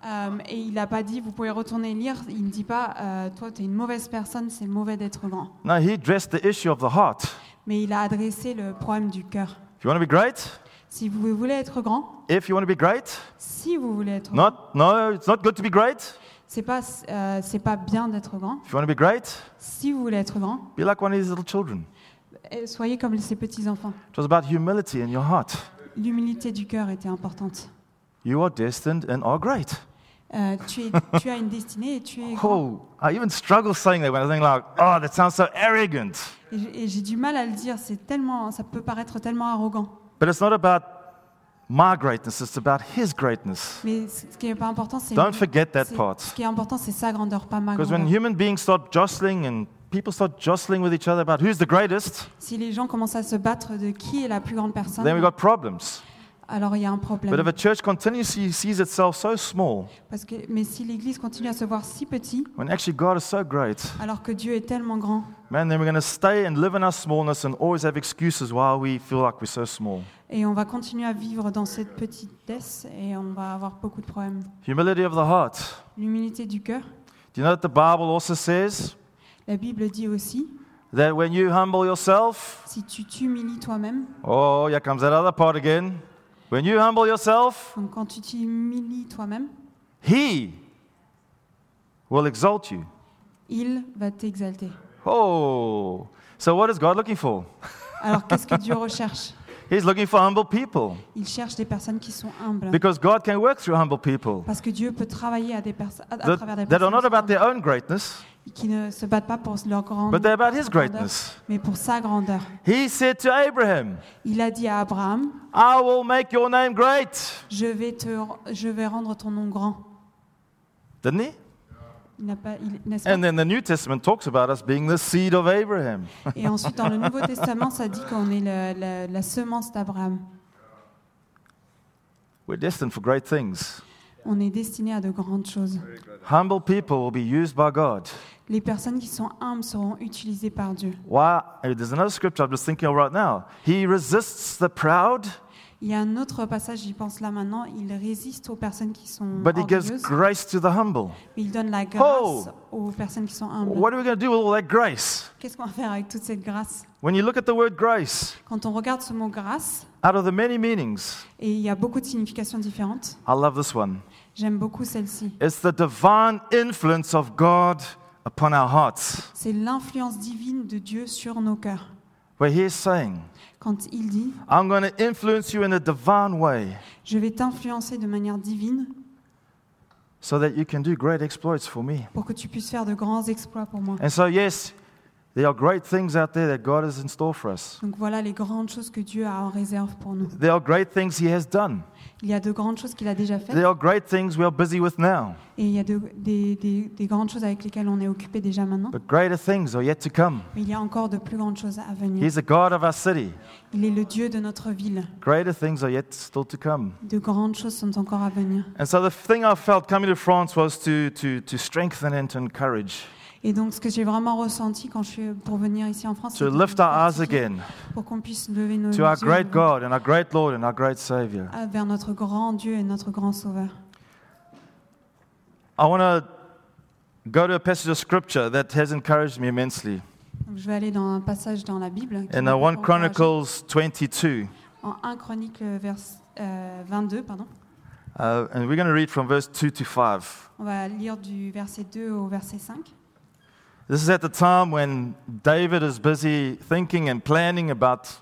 [SPEAKER 2] Euh, et il n'a pas dit vous pouvez retourner lire. Il ne dit pas euh, toi tu es une mauvaise personne, c'est mauvais d'être grand.
[SPEAKER 1] No, he addressed the issue of the heart.
[SPEAKER 2] Mais il a adressé le problème du cœur.
[SPEAKER 1] If you want to be great,
[SPEAKER 2] Si vous voulez être grand,
[SPEAKER 1] if you want to be great,
[SPEAKER 2] si vous voulez être
[SPEAKER 1] not,
[SPEAKER 2] grand,
[SPEAKER 1] no, it's not good to be great.
[SPEAKER 2] c'est pas euh, c'est pas bien d'être grand.
[SPEAKER 1] If you want to be great,
[SPEAKER 2] Si vous voulez être grand,
[SPEAKER 1] be like one of these little children.
[SPEAKER 2] eh, soyez comme ces petits enfants.
[SPEAKER 1] It was about humility in your heart.
[SPEAKER 2] L'humilité du cœur était importante.
[SPEAKER 1] You are destined and are great.
[SPEAKER 2] Euh, tu, es- tu as une destinée et tu es grand.
[SPEAKER 1] Oh, I even struggle saying that when I think like, oh, that sounds so arrogant.
[SPEAKER 2] Et j'ai- Et j'ai du mal à le dire, c'est tellement, ça peut paraître tellement arrogant.
[SPEAKER 1] But it's not about my greatness, it's about his greatness.
[SPEAKER 2] Mais c- ce qui est pas important, c'est.
[SPEAKER 1] Don't forget that
[SPEAKER 2] c'est-
[SPEAKER 1] part.
[SPEAKER 2] Ce qui est important, c'est sa grandeur, pas ma
[SPEAKER 1] Because when
[SPEAKER 2] grandeur.
[SPEAKER 1] human beings start jostling and people start jostling with each other about who's the greatest,
[SPEAKER 2] Si les gens commencent à se battre de qui est la plus grande personne,
[SPEAKER 1] then we got problems.
[SPEAKER 2] alors il y a un
[SPEAKER 1] But if
[SPEAKER 2] problème.
[SPEAKER 1] a church continuously sees itself so small,
[SPEAKER 2] Parce que, mais si l'Église continue à se voir si petit,
[SPEAKER 1] when actually God is so great,
[SPEAKER 2] alors que Dieu est tellement grand,
[SPEAKER 1] man, then we're going to stay and live in our smallness and always have excuses why we feel like we're so small.
[SPEAKER 2] et on va continuer à vivre dans cette petitesse, et on va avoir beaucoup de problèmes.
[SPEAKER 1] Humility of the heart.
[SPEAKER 2] L'humilité du cœur,
[SPEAKER 1] Do you know that the Bible also says
[SPEAKER 2] la Bible dit aussi,
[SPEAKER 1] that when you humble yourself,
[SPEAKER 2] si tu t'humilies toi-même,
[SPEAKER 1] oh, here comes that other part again. When you humble yourself,
[SPEAKER 2] donc quand tu t'humilies toi-même,
[SPEAKER 1] He will exalt you.
[SPEAKER 2] il va t'exalter.
[SPEAKER 1] Oh, so what is God looking for?
[SPEAKER 2] Alors qu'est-ce que Dieu recherche
[SPEAKER 1] He's looking for humble people
[SPEAKER 2] Il cherche des personnes qui sont humbles.
[SPEAKER 1] because God can work through humble people
[SPEAKER 2] Parce que Dieu peut travailler à, des perso- à, à travers des
[SPEAKER 1] that, that are
[SPEAKER 2] personnes
[SPEAKER 1] not
[SPEAKER 2] qui
[SPEAKER 1] about
[SPEAKER 2] sont
[SPEAKER 1] their own greatness,
[SPEAKER 2] humbles, qui ne se battent pas pour leur grande-
[SPEAKER 1] but they're about His
[SPEAKER 2] grandeur,
[SPEAKER 1] greatness.
[SPEAKER 2] mais pour sa grandeur.
[SPEAKER 1] He said to Abraham,
[SPEAKER 2] Il a dit à Abraham,
[SPEAKER 1] I will make your name great.
[SPEAKER 2] je vais, te, je vais rendre ton nom grand.
[SPEAKER 1] Didn't he?
[SPEAKER 2] Il n'a pas, il- n'est-ce pas
[SPEAKER 1] And then the New Testament talks about us being the seed of Abraham.
[SPEAKER 2] Et ensuite, dans le Nouveau Testament, ça dit qu'on est la, la- la semence d'Abraham.
[SPEAKER 1] We're destined for great things.
[SPEAKER 2] On est destiné à de grandes choses.
[SPEAKER 1] Humble people will be used by God.
[SPEAKER 2] Les personnes qui sont humbles seront utilisées par Dieu.
[SPEAKER 1] Why? There's another scripture I'm just thinking of right now. He resists the proud,
[SPEAKER 2] Il y a un autre passage, j'y pense là maintenant, il résiste aux personnes qui sont
[SPEAKER 1] but he gives
[SPEAKER 2] orgueilleuses.
[SPEAKER 1] grace to the humble.
[SPEAKER 2] Mais Il donne la grâce
[SPEAKER 1] Oh.
[SPEAKER 2] aux personnes qui sont humbles.
[SPEAKER 1] What are we going to do with all that grace?
[SPEAKER 2] Qu'est-ce qu'on va faire avec toute cette grâce
[SPEAKER 1] When you look at the word grace,
[SPEAKER 2] Quand on regarde ce mot grâce,
[SPEAKER 1] out of the many meanings,
[SPEAKER 2] et il y a beaucoup de significations différentes,
[SPEAKER 1] I love this one.
[SPEAKER 2] j'aime beaucoup celle-ci.
[SPEAKER 1] It's the divine influence of God upon our hearts,
[SPEAKER 2] C'est l'influence divine de Dieu sur nos cœurs.
[SPEAKER 1] where He is saying,
[SPEAKER 2] Quand il dit
[SPEAKER 1] I'm going to influence you in a divine way
[SPEAKER 2] Je vais t'influencer de manière divine
[SPEAKER 1] so that you can do great exploits for me.
[SPEAKER 2] pour que tu puisses faire de grands exploits pour moi.
[SPEAKER 1] And so, yes, there are great things out there that God has in store for us.
[SPEAKER 2] Donc voilà les grandes choses que Dieu a en réserve pour nous.
[SPEAKER 1] There are great things He has done.
[SPEAKER 2] Il y a de grandes choses qu'il a déjà faites
[SPEAKER 1] There are great things we are busy with now,
[SPEAKER 2] et il y a de- des, des- des grandes choses avec lesquelles on est occupé déjà maintenant.
[SPEAKER 1] but greater things are yet to come.
[SPEAKER 2] Mais il y a encore de plus grandes choses à venir.
[SPEAKER 1] He's the God of our city.
[SPEAKER 2] Il est le Dieu de notre ville.
[SPEAKER 1] Greater things are yet still to come.
[SPEAKER 2] De grandes choses sont encore à venir.
[SPEAKER 1] And so the thing I felt coming to France was to, to, to strengthen and to encourage,
[SPEAKER 2] Et donc, ce que j'ai vraiment ressenti quand je suis pour venir ici en France,
[SPEAKER 1] to
[SPEAKER 2] c'est de
[SPEAKER 1] lift our eyes
[SPEAKER 2] fortifier
[SPEAKER 1] again
[SPEAKER 2] pour qu'on puisse lever nos
[SPEAKER 1] to our
[SPEAKER 2] yeux
[SPEAKER 1] great
[SPEAKER 2] vers-
[SPEAKER 1] God and our great Lord and our great Savior.
[SPEAKER 2] à- vers notre grand Dieu et notre grand Sauveur.
[SPEAKER 1] I want to go to a passage of scripture that has encouraged me immensely.
[SPEAKER 2] Donc, je vais aller dans un passage dans la Bible. qui
[SPEAKER 1] In
[SPEAKER 2] m'a
[SPEAKER 1] uh, 1
[SPEAKER 2] beaucoup encouragée.
[SPEAKER 1] Chronicles 22,
[SPEAKER 2] En 1 Chronique euh, vers, euh, 22, pardon.
[SPEAKER 1] uh, and we're going to read from verse 2 to 5.
[SPEAKER 2] On va lire du verset 2 au verset 5.
[SPEAKER 1] This is at the time when David is busy thinking and planning about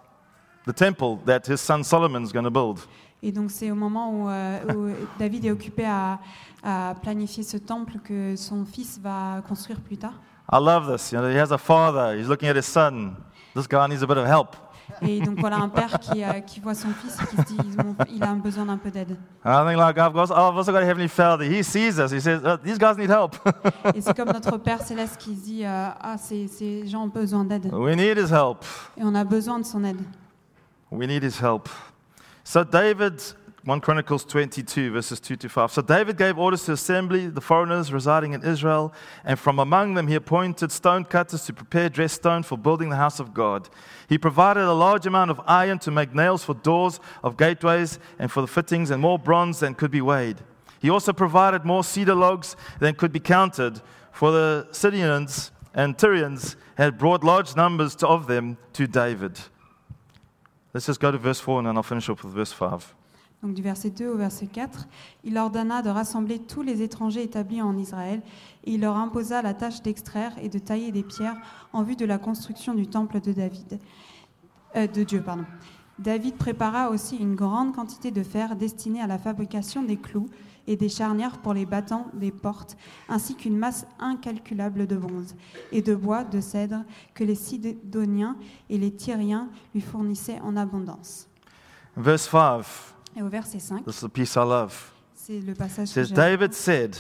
[SPEAKER 1] the temple that his son Solomon's going to build.
[SPEAKER 2] Et donc c'est au moment où, euh, où David est occupé à, à planifier ce temple que son fils va construire plus tard.
[SPEAKER 1] I love this. You know, he has a father. He's looking at his son. This guy needs a bit of help.
[SPEAKER 2] Et donc voilà un père qui, euh, qui voit son fils et qui se dit Ils ont- il a besoin d'un peu d'aide.
[SPEAKER 1] And I think like I've got, oh, I've also got a heavenly father. He sees us. He says, oh, these guys need help.
[SPEAKER 2] Et c'est comme notre Père céleste qui se dit euh, Ah, ces, ces gens ont besoin d'aide.
[SPEAKER 1] we need his help.
[SPEAKER 2] Et on a besoin de son aide.
[SPEAKER 1] We need his help. So David, 1 Chronicles 22, verses 2 to 5. So David gave orders to assembly the foreigners residing in Israel, and from among them he appointed stone cutters to prepare dressed stone for building the house of God. He provided a large amount of iron to make nails for doors of gateways and for the fittings, and more bronze than could be weighed. He also provided more cedar logs than could be counted, for the Sidonians and Tyrians had brought large numbers to- of them to David. Let's just go to verse 4 and then I'll finish up with verse 5.
[SPEAKER 2] Donc du verset 2 au verset 4, il ordonna de rassembler tous les étrangers établis en Israël et il leur imposa la tâche d'extraire et de tailler des pierres en vue de la construction du temple de David, euh, de Dieu. Pardon. David prépara aussi une grande quantité de fer destiné à la fabrication des clous et des charnières pour les battants des portes, ainsi qu'une masse incalculable de bronze et de bois de cèdre que les Sidoniens et les Tyriens lui fournissaient en abondance.
[SPEAKER 1] Verse 5,
[SPEAKER 2] Et au verset 5,
[SPEAKER 1] this is the piece I love.
[SPEAKER 2] C'est le passage
[SPEAKER 1] It
[SPEAKER 2] que
[SPEAKER 1] says,
[SPEAKER 2] j'ai-
[SPEAKER 1] David said,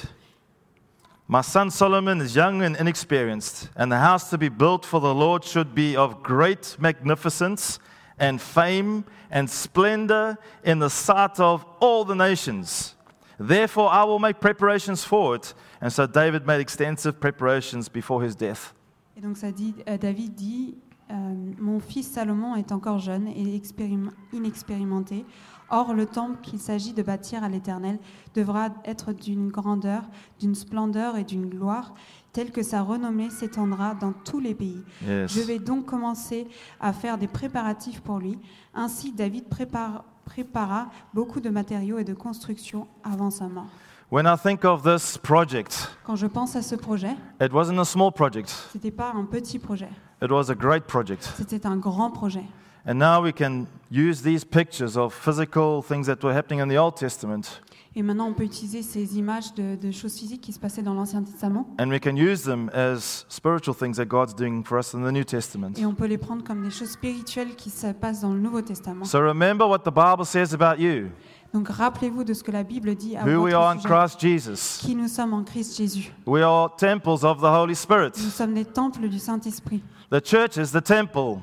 [SPEAKER 1] My son Solomon is young and inexperienced, and the house to be built for the Lord should be of great magnificence and fame and splendor in the sight of all the nations. Therefore, I will make preparations for it. And so David made extensive preparations before his death.
[SPEAKER 2] Et donc ça dit, euh, David dit, euh, mon fils Salomon est encore jeune et expérim- inexpérimenté. Or, le temple qu'il s'agit de bâtir à l'Éternel devra être d'une grandeur, d'une splendeur et d'une gloire telle que sa renommée s'étendra dans tous les pays.
[SPEAKER 1] Yes.
[SPEAKER 2] Je vais donc commencer à faire des préparatifs pour lui. Ainsi, David prépare- prépara beaucoup de matériaux et de constructions avant sa mort.
[SPEAKER 1] When I think of this project,
[SPEAKER 2] Quand je pense à ce projet,
[SPEAKER 1] it wasn't a small project.
[SPEAKER 2] c'était pas un petit projet,
[SPEAKER 1] It was a great project.
[SPEAKER 2] c'était un grand projet.
[SPEAKER 1] And now we can use these pictures of physical things that were happening in the Old Testament,
[SPEAKER 2] Et maintenant, on peut utiliser ces images de, de choses physiques qui se passaient dans l'Ancien Testament
[SPEAKER 1] and we can use them as spiritual things that God's doing for us in the New Testament.
[SPEAKER 2] et on peut les prendre comme des choses spirituelles qui se passent dans le Nouveau Testament.
[SPEAKER 1] So remember what the Bible says about you,
[SPEAKER 2] Donc rappelez-vous de ce que la Bible dit à
[SPEAKER 1] who we are
[SPEAKER 2] votre
[SPEAKER 1] in
[SPEAKER 2] sujet.
[SPEAKER 1] Christ Jesus.
[SPEAKER 2] Qui nous sommes en Christ Jésus.
[SPEAKER 1] We are temples of the Holy Spirit.
[SPEAKER 2] Nous sommes des temples du Saint-Esprit.
[SPEAKER 1] The church is the temple.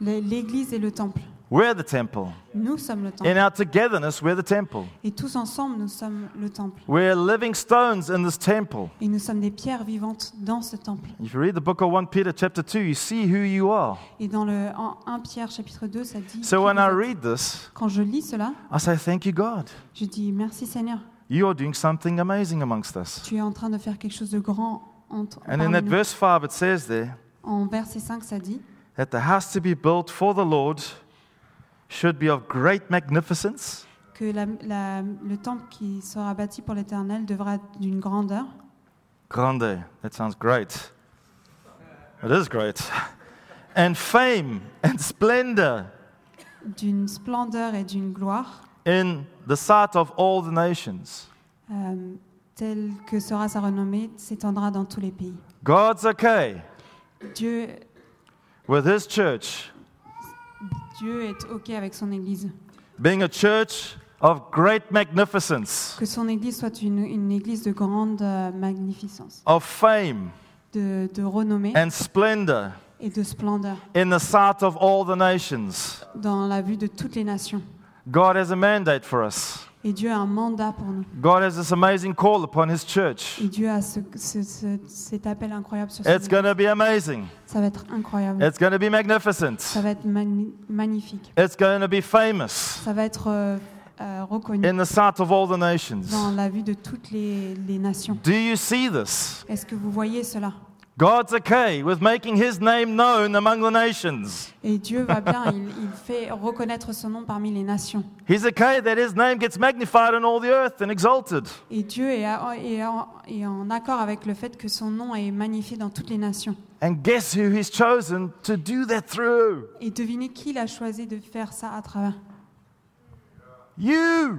[SPEAKER 2] Le- L'Église est le temple.
[SPEAKER 1] We're the temple.
[SPEAKER 2] Nous sommes le temple.
[SPEAKER 1] In our togetherness, we're the temple.
[SPEAKER 2] Et tous ensemble, nous sommes le temple.
[SPEAKER 1] We're living stones in this temple.
[SPEAKER 2] Et nous sommes des pierres vivantes dans ce temple.
[SPEAKER 1] If you read the book of 1 Peter, chapter 2, you see who you are.
[SPEAKER 2] Et dans le, en 1 Pierre chapitre 2, ça dit...
[SPEAKER 1] So when
[SPEAKER 2] qui vous
[SPEAKER 1] I
[SPEAKER 2] êtes.
[SPEAKER 1] read this,
[SPEAKER 2] Quand je lis cela,
[SPEAKER 1] I say, Thank you, God.
[SPEAKER 2] je dis merci Seigneur.
[SPEAKER 1] You are doing something amazing amongst us.
[SPEAKER 2] Tu es en train de faire quelque chose de grand entre
[SPEAKER 1] And in that
[SPEAKER 2] parmi nous.
[SPEAKER 1] verse 5, it says there
[SPEAKER 2] En verset 5, ça dit
[SPEAKER 1] that the house to be built for the Lord should be of great magnificence
[SPEAKER 2] que la- la- le temple qui sera bâti pour l'Éternel devra être d'une grandeur,
[SPEAKER 1] grande. That sounds great. It is great. And fame and splendor
[SPEAKER 2] d'une splendeur et d'une gloire,
[SPEAKER 1] in the sight of all the nations.
[SPEAKER 2] euh, telle que sera sa renommée, s'étendra dans tous les pays.
[SPEAKER 1] God's okay
[SPEAKER 2] Dieu,
[SPEAKER 1] with his church
[SPEAKER 2] Dieu est OK avec son Église.
[SPEAKER 1] being a church of great magnificence,
[SPEAKER 2] Que son Église soit une, une Église de grande euh, magnificence,
[SPEAKER 1] of fame
[SPEAKER 2] de, de renommée
[SPEAKER 1] and splendor
[SPEAKER 2] et de splendeur
[SPEAKER 1] in the sight of all the nations.
[SPEAKER 2] dans la vue de toutes les nations.
[SPEAKER 1] God has a mandate for us.
[SPEAKER 2] Et Dieu a un mandat pour nous.
[SPEAKER 1] God has this amazing call upon His church.
[SPEAKER 2] Et Dieu a ce, ce- ce- cet appel incroyable sur son
[SPEAKER 1] It's
[SPEAKER 2] Église.
[SPEAKER 1] going to be amazing.
[SPEAKER 2] Ça va être incroyable.
[SPEAKER 1] It's going to be magnificent.
[SPEAKER 2] Ça va être magni- magnifique.
[SPEAKER 1] It's going to be famous
[SPEAKER 2] Ça va être euh, euh, reconnu
[SPEAKER 1] in the sight of all the nations.
[SPEAKER 2] dans la vue de toutes les, les nations.
[SPEAKER 1] Do you see this?
[SPEAKER 2] Est-ce que vous voyez cela
[SPEAKER 1] God's okay with making his name known among the nations.
[SPEAKER 2] Et Dieu va bien, il, il fait reconnaître son nom parmi les nations.
[SPEAKER 1] He's okay that his name gets magnified on all the earth and exalted.
[SPEAKER 2] Et Dieu est, à- est en, est en accord avec le fait que son nom est magnifié dans toutes les nations.
[SPEAKER 1] And guess who he's chosen to do that through?
[SPEAKER 2] Et devinez qui l'a choisi de faire ça à travers
[SPEAKER 1] You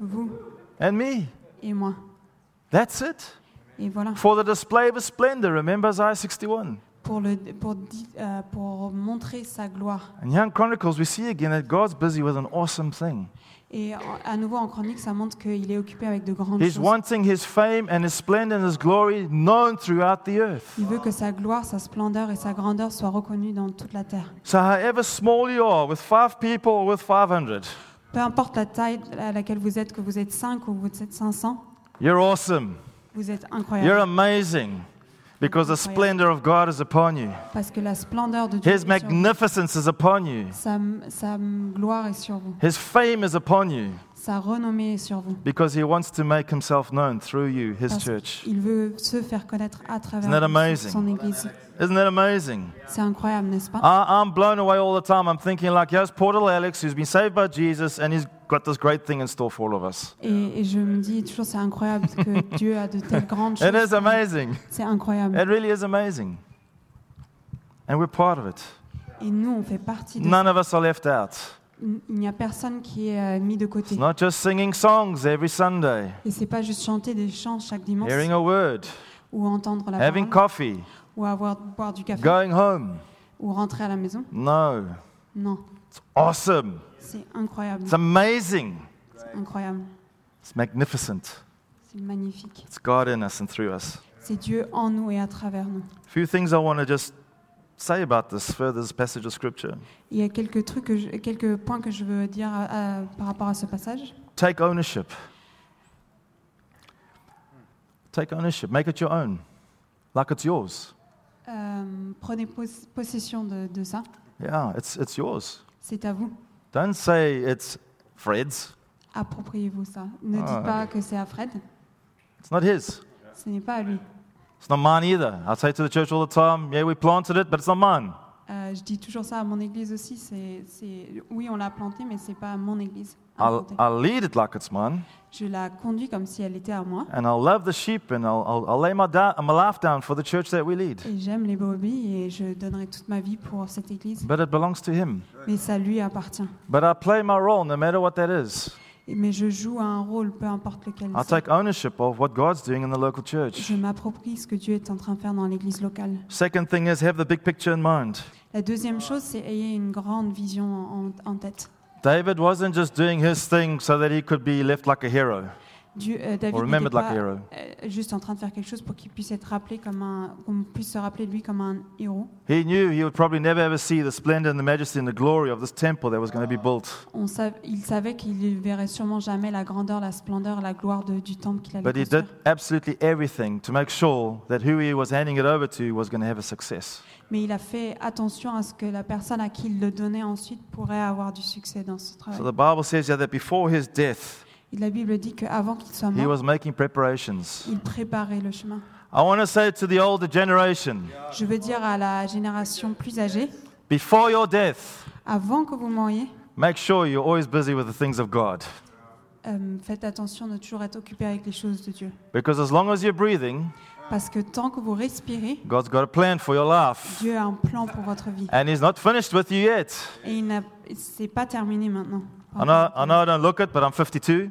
[SPEAKER 2] vous
[SPEAKER 1] and me.
[SPEAKER 2] et moi.
[SPEAKER 1] That's it.
[SPEAKER 2] Et voilà,
[SPEAKER 1] For the display of his splendor, remember Isaiah 61.
[SPEAKER 2] pour, le, pour, di- euh, pour montrer sa gloire.
[SPEAKER 1] In Young Chronicles, we see again that God's busy with an awesome thing.
[SPEAKER 2] Et en- à nouveau en chronique, ça montre qu'il est occupé avec de grandes
[SPEAKER 1] He's
[SPEAKER 2] choses.
[SPEAKER 1] wanting his fame and his splendor and his glory known throughout the earth.
[SPEAKER 2] Il veut que sa gloire, sa splendeur et sa grandeur soient reconnues dans toute la terre.
[SPEAKER 1] So, however small you are, with five people or with 500,
[SPEAKER 2] Peu importe la taille à laquelle vous êtes, que vous êtes 5 ou vous êtes 500,
[SPEAKER 1] you're awesome.
[SPEAKER 2] vous êtes
[SPEAKER 1] You're
[SPEAKER 2] incroyable.
[SPEAKER 1] amazing because the splendor of God is upon you.
[SPEAKER 2] Parce que la splendeur de Dieu,
[SPEAKER 1] His
[SPEAKER 2] est sur vous.
[SPEAKER 1] magnificence is upon you.
[SPEAKER 2] sa, sa gloire est sur vous,
[SPEAKER 1] His fame is upon you
[SPEAKER 2] sa renommée est sur vous.
[SPEAKER 1] because he wants to make himself known through you, his
[SPEAKER 2] Parce
[SPEAKER 1] church.
[SPEAKER 2] qu'il veut se faire connaître à travers
[SPEAKER 1] Isn't that
[SPEAKER 2] vous,
[SPEAKER 1] amazing? Ah.
[SPEAKER 2] son Église.
[SPEAKER 1] Isn't that amazing?
[SPEAKER 2] C'est incroyable, n'est-ce pas
[SPEAKER 1] I, I'm blown away all the time. I'm thinking, like, here's Portal Alex who's been saved by Jesus and he's got this great thing in store for all of us.
[SPEAKER 2] et, et je me dis toujours, c'est incroyable que Dieu a de telles grandes
[SPEAKER 1] It is
[SPEAKER 2] choses.
[SPEAKER 1] amazing.
[SPEAKER 2] C'est incroyable.
[SPEAKER 1] It really is amazing. And we're part of it.
[SPEAKER 2] Et nous, on fait partie de
[SPEAKER 1] None of us are left out.
[SPEAKER 2] Il n'y a personne qui est euh, mis de côté.
[SPEAKER 1] It's not just singing songs every Sunday,
[SPEAKER 2] Et c'est pas juste chanter des chants chaque dimanche
[SPEAKER 1] hearing a word,
[SPEAKER 2] ou entendre la
[SPEAKER 1] having
[SPEAKER 2] parole
[SPEAKER 1] coffee,
[SPEAKER 2] ou avoir boire du café
[SPEAKER 1] going home.
[SPEAKER 2] ou rentrer à la maison.
[SPEAKER 1] No.
[SPEAKER 2] Non,
[SPEAKER 1] It's awesome.
[SPEAKER 2] c'est incroyable,
[SPEAKER 1] It's amazing.
[SPEAKER 2] c'est incroyable,
[SPEAKER 1] It's magnificent.
[SPEAKER 2] c'est magnifique.
[SPEAKER 1] It's God in us and through us.
[SPEAKER 2] C'est Dieu en nous et à travers nous.
[SPEAKER 1] A few things I want to just say about this further this passage of scripture.
[SPEAKER 2] Il y a quelques trucs, que je- quelques points que je veux dire euh, à- à- par rapport à ce passage.
[SPEAKER 1] Take ownership. Take ownership. Make it your own, like it's yours.
[SPEAKER 2] Euh, prenez pos- possession de, de ça.
[SPEAKER 1] Yeah, it's, it's yours.
[SPEAKER 2] C'est à vous.
[SPEAKER 1] Don't say it's Fred's.
[SPEAKER 2] Appropriez-vous ça. Ne
[SPEAKER 1] Ah,
[SPEAKER 2] dites pas que c'est à Fred.
[SPEAKER 1] It's not his.
[SPEAKER 2] Ce n'est pas à lui.
[SPEAKER 1] It's not mine either. I say to the church all the time, yeah, we planted it, but it's not mine.
[SPEAKER 2] Euh, je dis toujours ça à mon église aussi. C'est, c'est- oui, on l'a plantée, mais c'est pas à mon église. à
[SPEAKER 1] I'll,
[SPEAKER 2] planter.
[SPEAKER 1] I'll lead it like it's mine,
[SPEAKER 2] Je la conduis comme si elle était à moi.
[SPEAKER 1] and I'll love the sheep, and I'll, I'll, I'll lay my, da- my life down for the church that we lead.
[SPEAKER 2] Et j'aime les brebis et je donnerai toute ma vie pour cette église.
[SPEAKER 1] But it belongs to him.
[SPEAKER 2] Mais ça lui appartient.
[SPEAKER 1] But I play my role no matter what that is.
[SPEAKER 2] Et- Mais je joue un rôle, peu importe lequel.
[SPEAKER 1] I
[SPEAKER 2] c'est.
[SPEAKER 1] take ownership of what God's doing in the local church.
[SPEAKER 2] Je m'approprie ce que Dieu est en train de faire dans l'église locale.
[SPEAKER 1] Second thing is have the big picture in mind.
[SPEAKER 2] La deuxième chose, c'est ayez une grande vision en, en tête.
[SPEAKER 1] David wasn't just doing his thing so that he could be left like a hero
[SPEAKER 2] Dieu, euh, David
[SPEAKER 1] or
[SPEAKER 2] n'était
[SPEAKER 1] remembered like
[SPEAKER 2] pas
[SPEAKER 1] a hero.
[SPEAKER 2] euh, juste en train de faire quelque chose pour qu'il puisse être rappelé comme un, qu'on puisse se rappeler de lui comme un héros.
[SPEAKER 1] He knew he would probably never ever see the splendor and the majesty and the glory of this temple that was going to be built.
[SPEAKER 2] On sav- il savait qu'il ne verrait sûrement jamais la grandeur, la splendeur, la gloire de- du temple qu'il allait
[SPEAKER 1] But he did
[SPEAKER 2] construire.
[SPEAKER 1] absolutely everything to make sure that who he was handing it over to was going to have a success.
[SPEAKER 2] Mais il a fait attention à ce que la personne à qui il le donnait ensuite pourrait avoir du succès dans ce travail.
[SPEAKER 1] So the Bible says here that before his death,
[SPEAKER 2] Et La Bible dit qu'avant qu'il soit
[SPEAKER 1] he
[SPEAKER 2] mort,
[SPEAKER 1] was making preparations.
[SPEAKER 2] il préparait le chemin.
[SPEAKER 1] I want to say to the older generation,
[SPEAKER 2] Je veux dire à la génération plus âgée,
[SPEAKER 1] before your death,
[SPEAKER 2] avant que vous mouriez,
[SPEAKER 1] make sure you're always busy with the things of God.
[SPEAKER 2] euh, faites attention de toujours être occupé avec les choses de Dieu.
[SPEAKER 1] Because as long as you're breathing,
[SPEAKER 2] Parce que tant que vous respirez,
[SPEAKER 1] God's got a plan for your life.
[SPEAKER 2] Dieu a un plan pour votre vie.
[SPEAKER 1] And He's not finished with you yet.
[SPEAKER 2] Et il n'a, c'est pas terminé maintenant.
[SPEAKER 1] I know, I know I don't look it, but I'm 52.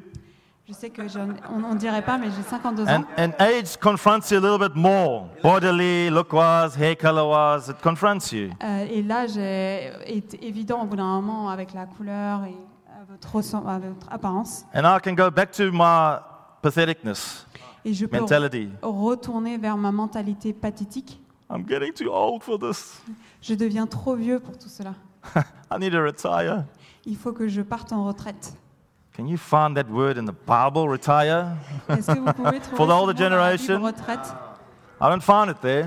[SPEAKER 2] Je sais que j'en- on ne dirait pas, mais j'ai 52 ans.
[SPEAKER 1] And, and age confronts you a little bit more. Bodily, look wise, hair color wise, it confronts you.
[SPEAKER 2] Euh, et l'âge est, est évident au bout d'un moment avec la couleur et à votre, ressem- à votre apparence.
[SPEAKER 1] And I can go back to my patheticness,
[SPEAKER 2] Et je peux
[SPEAKER 1] mentality.
[SPEAKER 2] retourner vers ma mentalité pathétique.
[SPEAKER 1] I'm getting too old for this.
[SPEAKER 2] Je deviens trop vieux pour tout cela.
[SPEAKER 1] I need to retire.
[SPEAKER 2] Il faut que je parte en retraite.
[SPEAKER 1] Can you find that word in the Bible, retire?
[SPEAKER 2] Est-ce que vous pouvez trouver
[SPEAKER 1] For the
[SPEAKER 2] ce
[SPEAKER 1] older
[SPEAKER 2] mot dans la Bible,
[SPEAKER 1] generation.
[SPEAKER 2] retraite
[SPEAKER 1] I don't find it there.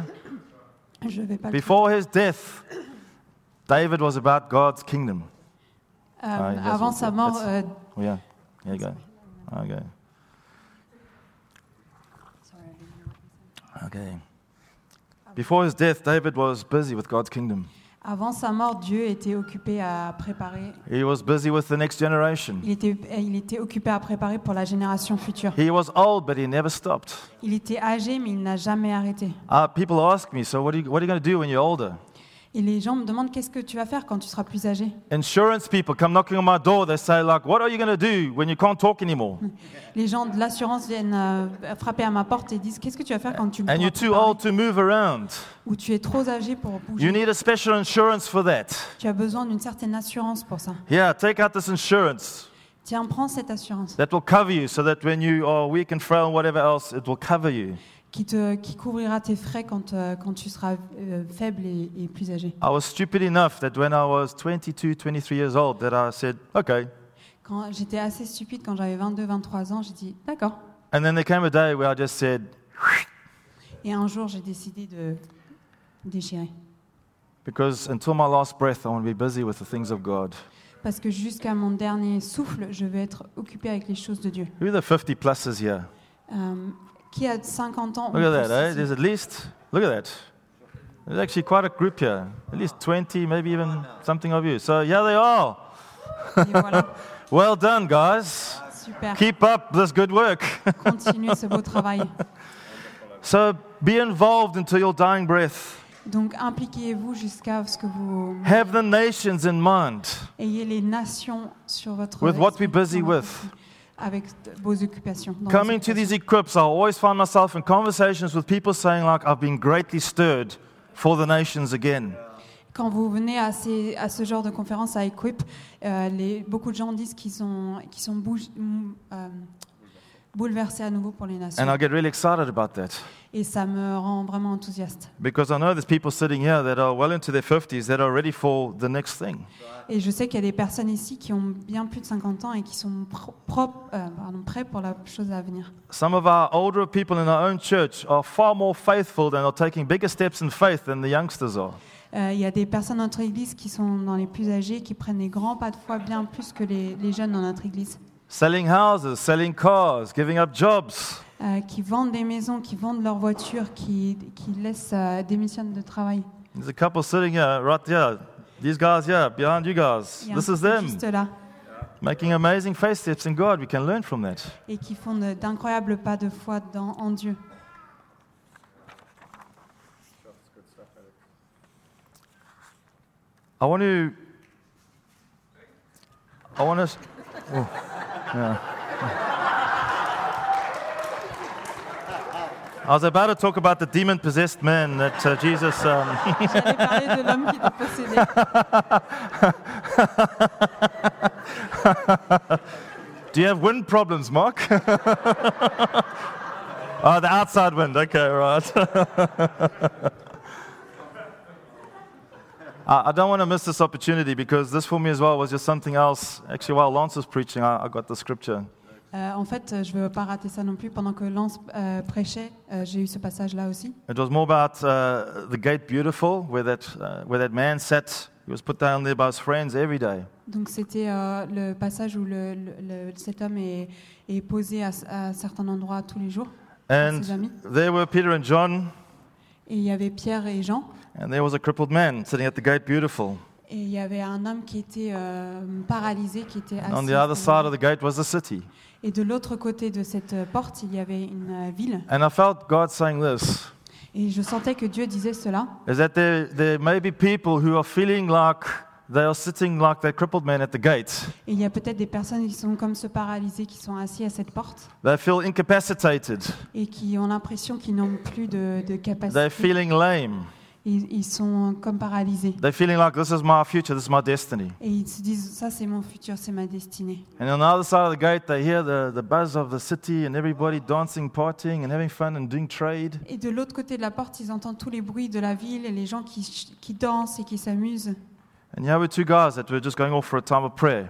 [SPEAKER 2] Je vais pas le
[SPEAKER 1] Before his death, David was about God's kingdom.
[SPEAKER 2] trouver. Euh,
[SPEAKER 1] Ah, il va
[SPEAKER 2] avant
[SPEAKER 1] se
[SPEAKER 2] sa
[SPEAKER 1] mentir.
[SPEAKER 2] mort, euh,
[SPEAKER 1] Oh, yeah, there you go. Okay. Okay. Before his death, David was busy with God's kingdom.
[SPEAKER 2] Avant sa mort, Dieu était occupé à préparer.
[SPEAKER 1] He was busy with the next generation.
[SPEAKER 2] Il était, il était occupé à préparer pour la génération future.
[SPEAKER 1] He was old, but he never stopped.
[SPEAKER 2] Il était âgé, mais il n'a jamais arrêté.
[SPEAKER 1] Uh, people ask me, so what are you, what are you going to do when you're older?
[SPEAKER 2] Et les gens me demandent qu'est-ce que tu vas faire quand tu seras plus âgé.
[SPEAKER 1] Insurance people come knocking on my door. They say, like, what are you going to do when you can't talk anymore?
[SPEAKER 2] Les gens de l'assurance viennent euh, frapper à ma porte et disent qu'est-ce que tu vas faire quand tu me
[SPEAKER 1] And you're too old to move around.
[SPEAKER 2] ou tu es trop âgé pour
[SPEAKER 1] You
[SPEAKER 2] bouger.
[SPEAKER 1] need a special insurance for that.
[SPEAKER 2] Tu as besoin d'une certaine assurance pour ça.
[SPEAKER 1] Yeah, take out this insurance
[SPEAKER 2] Tiens, prends cette assurance
[SPEAKER 1] that will cover you so that when you are weak and frail and whatever else, it will cover you.
[SPEAKER 2] qui te qui couvrira tes frais quand euh, quand tu seras euh, faible et, et plus âgé.
[SPEAKER 1] I was stupid enough that when I was 22, 23 years old, that I said, okay.
[SPEAKER 2] Quand j'étais assez stupide quand j'avais 22 23 ans, j'ai dit d'accord.
[SPEAKER 1] And then there came a day where I just said,
[SPEAKER 2] Et un jour, j'ai décidé de déchirer
[SPEAKER 1] because until my last breath, I want to be busy with the things of God.
[SPEAKER 2] parce que jusqu'à mon dernier souffle, je vais être occupé avec les choses de Dieu.
[SPEAKER 1] Who are the 50 pluses here?
[SPEAKER 2] Euh, qui a 50 ans ou
[SPEAKER 1] Look at that,
[SPEAKER 2] plus
[SPEAKER 1] eh?
[SPEAKER 2] ici
[SPEAKER 1] There's at least, look at that. There's actually quite a group here. At least 20, maybe even something of you. So, yeah, they are.
[SPEAKER 2] Et voilà,
[SPEAKER 1] Well done, guys.
[SPEAKER 2] super.
[SPEAKER 1] Keep up this good work.
[SPEAKER 2] Continuez ce beau travail.
[SPEAKER 1] so, be involved until your dying breath.
[SPEAKER 2] Donc impliquez-vous jusqu'à ce que vous
[SPEAKER 1] Have the nations in mind.
[SPEAKER 2] ayez les nations sur votre
[SPEAKER 1] With what we're
[SPEAKER 2] esprit,
[SPEAKER 1] busy
[SPEAKER 2] dans votre
[SPEAKER 1] with.
[SPEAKER 2] esprit, avec t- vos occupations. dans vos
[SPEAKER 1] Coming to
[SPEAKER 2] occupations.
[SPEAKER 1] these equips, I always find myself in conversations with people saying, like, I've been greatly stirred for the nations again.
[SPEAKER 2] Quand vous venez à, ces- à ce genre de conférence à Equip, euh, les- beaucoup de gens disent qu'ils sont, qu'ils sont bouge- mm, euh, bouleversés à nouveau pour les nations.
[SPEAKER 1] And I get really excited about that
[SPEAKER 2] Et ça me rend vraiment enthousiaste.
[SPEAKER 1] because I know there's people sitting here that are well into their 50s that are ready for the next thing.
[SPEAKER 2] Et je sais qu'il y a des personnes ici qui ont bien plus de 50 ans et qui sont pro- propres, euh, pardon, prêts pour la chose à venir.
[SPEAKER 1] Some of our older people in our own church are far more faithful and are taking bigger steps in faith than the youngsters are.
[SPEAKER 2] Euh, Il y a des personnes dans notre église qui sont dans les plus âgées, qui prennent des grands pas de foi bien plus que les, les jeunes dans notre église,
[SPEAKER 1] Selling houses, selling cars, giving up jobs.
[SPEAKER 2] euh, qui vendent des maisons, qui vendent leurs voitures, qui, qui laissent euh, des missions de travail.
[SPEAKER 1] There's a couple sitting here, right there. These guys here, behind you guys.
[SPEAKER 2] Il y a un
[SPEAKER 1] This is
[SPEAKER 2] couple
[SPEAKER 1] them.
[SPEAKER 2] Juste là,
[SPEAKER 1] Making amazing faith steps in God. We can learn from that.
[SPEAKER 2] et qui font de- d'incroyables pas de foi dans, en Dieu.
[SPEAKER 1] I want to. I want to. oh, yeah. I was about to talk about the demon possessed man that uh, Jesus. Um,
[SPEAKER 2] J'allais parler de l'homme qui était possédé.
[SPEAKER 1] Do you have wind problems, Mark? oh, the outside wind. Okay, all right. I I don't want to miss this opportunity because this for me as well was just something else. Actually, while Lance was preaching, I, I got the scripture.
[SPEAKER 2] Euh, en fait, euh, je ne veux pas rater ça non plus. Pendant que Lance euh, prêchait, euh, j'ai eu ce passage-là aussi.
[SPEAKER 1] It was more about uh, the gate beautiful, where that, uh, where that man sat. He was put down there by his friends every day.
[SPEAKER 2] Donc c'était euh, le passage où le- le- le- cet homme est, est posé à, à certains endroits tous les jours.
[SPEAKER 1] And
[SPEAKER 2] Ses amis.
[SPEAKER 1] there were Peter and John,
[SPEAKER 2] Et il y avait Pierre et Jean.
[SPEAKER 1] and there was a crippled man sitting at the gate beautiful.
[SPEAKER 2] Et il y avait un homme qui était euh, paralysé, qui était
[SPEAKER 1] And
[SPEAKER 2] assis.
[SPEAKER 1] on the other side of the gate was the city.
[SPEAKER 2] Et de l'autre côté de cette euh, porte, il y avait une euh, ville.
[SPEAKER 1] And I felt God saying this.
[SPEAKER 2] Et je sentais que Dieu disait cela.
[SPEAKER 1] is that there, there may be people who are feeling like they are sitting like that crippled man at the gate.
[SPEAKER 2] Et il y a peut-être des personnes qui sont comme ce paralysé, qui sont assis à cette porte
[SPEAKER 1] They feel incapacitated.
[SPEAKER 2] et qui ont l'impression qu'ils n'ont plus de, de
[SPEAKER 1] They're
[SPEAKER 2] capacité.
[SPEAKER 1] feeling lame.
[SPEAKER 2] Ils, ils sont comme paralysés.
[SPEAKER 1] They're feeling like this is my future, this is my destiny.
[SPEAKER 2] Et ils se disent, ça c'est mon futur, c'est ma destinée.
[SPEAKER 1] And on the other side of the gate, they hear the, the buzz of the city and everybody dancing, partying, and having fun and doing trade.
[SPEAKER 2] Et de l'autre côté de la porte, ils entendent tous les bruits de la ville et les gens qui, ch- qui dansent et qui s'amusent.
[SPEAKER 1] And here were two guys that were just going off for a time of prayer.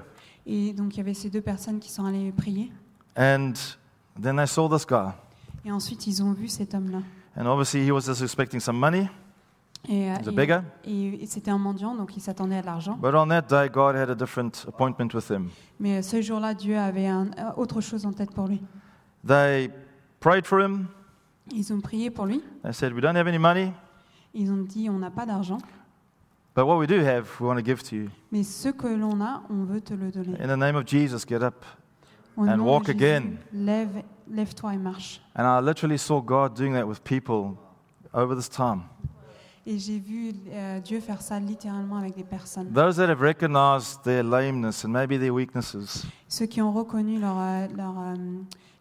[SPEAKER 2] Et donc il y avait ces deux personnes qui sont allées prier.
[SPEAKER 1] And then they saw this guy.
[SPEAKER 2] Et ensuite ils ont vu cet homme-là.
[SPEAKER 1] And obviously, he was just expecting some money.
[SPEAKER 2] Et, euh,
[SPEAKER 1] He was a
[SPEAKER 2] et-
[SPEAKER 1] beggar.
[SPEAKER 2] et- et c'était un mendiant, donc il s'attendait à de l'argent.
[SPEAKER 1] But on that day, God had a different appointment with him.
[SPEAKER 2] Mais euh, ce jour-là, Dieu avait un- euh, autre chose en tête pour lui.
[SPEAKER 1] They prayed for him.
[SPEAKER 2] Ils ont prié pour lui.
[SPEAKER 1] They said, We don't have any money.
[SPEAKER 2] Ils ont dit, on n'a pas d'argent,
[SPEAKER 1] But what we do have, we want to give to you.
[SPEAKER 2] mais ce que l'on a, on veut te le donner.
[SPEAKER 1] In the name of Jesus, get up.
[SPEAKER 2] Au
[SPEAKER 1] And
[SPEAKER 2] nom de
[SPEAKER 1] walk
[SPEAKER 2] Jésus,
[SPEAKER 1] again.
[SPEAKER 2] Lève, lève-toi et marche.
[SPEAKER 1] And I literally saw God doing that with people over this time.
[SPEAKER 2] Et j'ai vu euh, Dieu faire ça littéralement avec des personnes.
[SPEAKER 1] Those that have recognized their lameness and maybe their weaknesses,
[SPEAKER 2] Ceux qui ont reconnu leur, euh, leur, euh,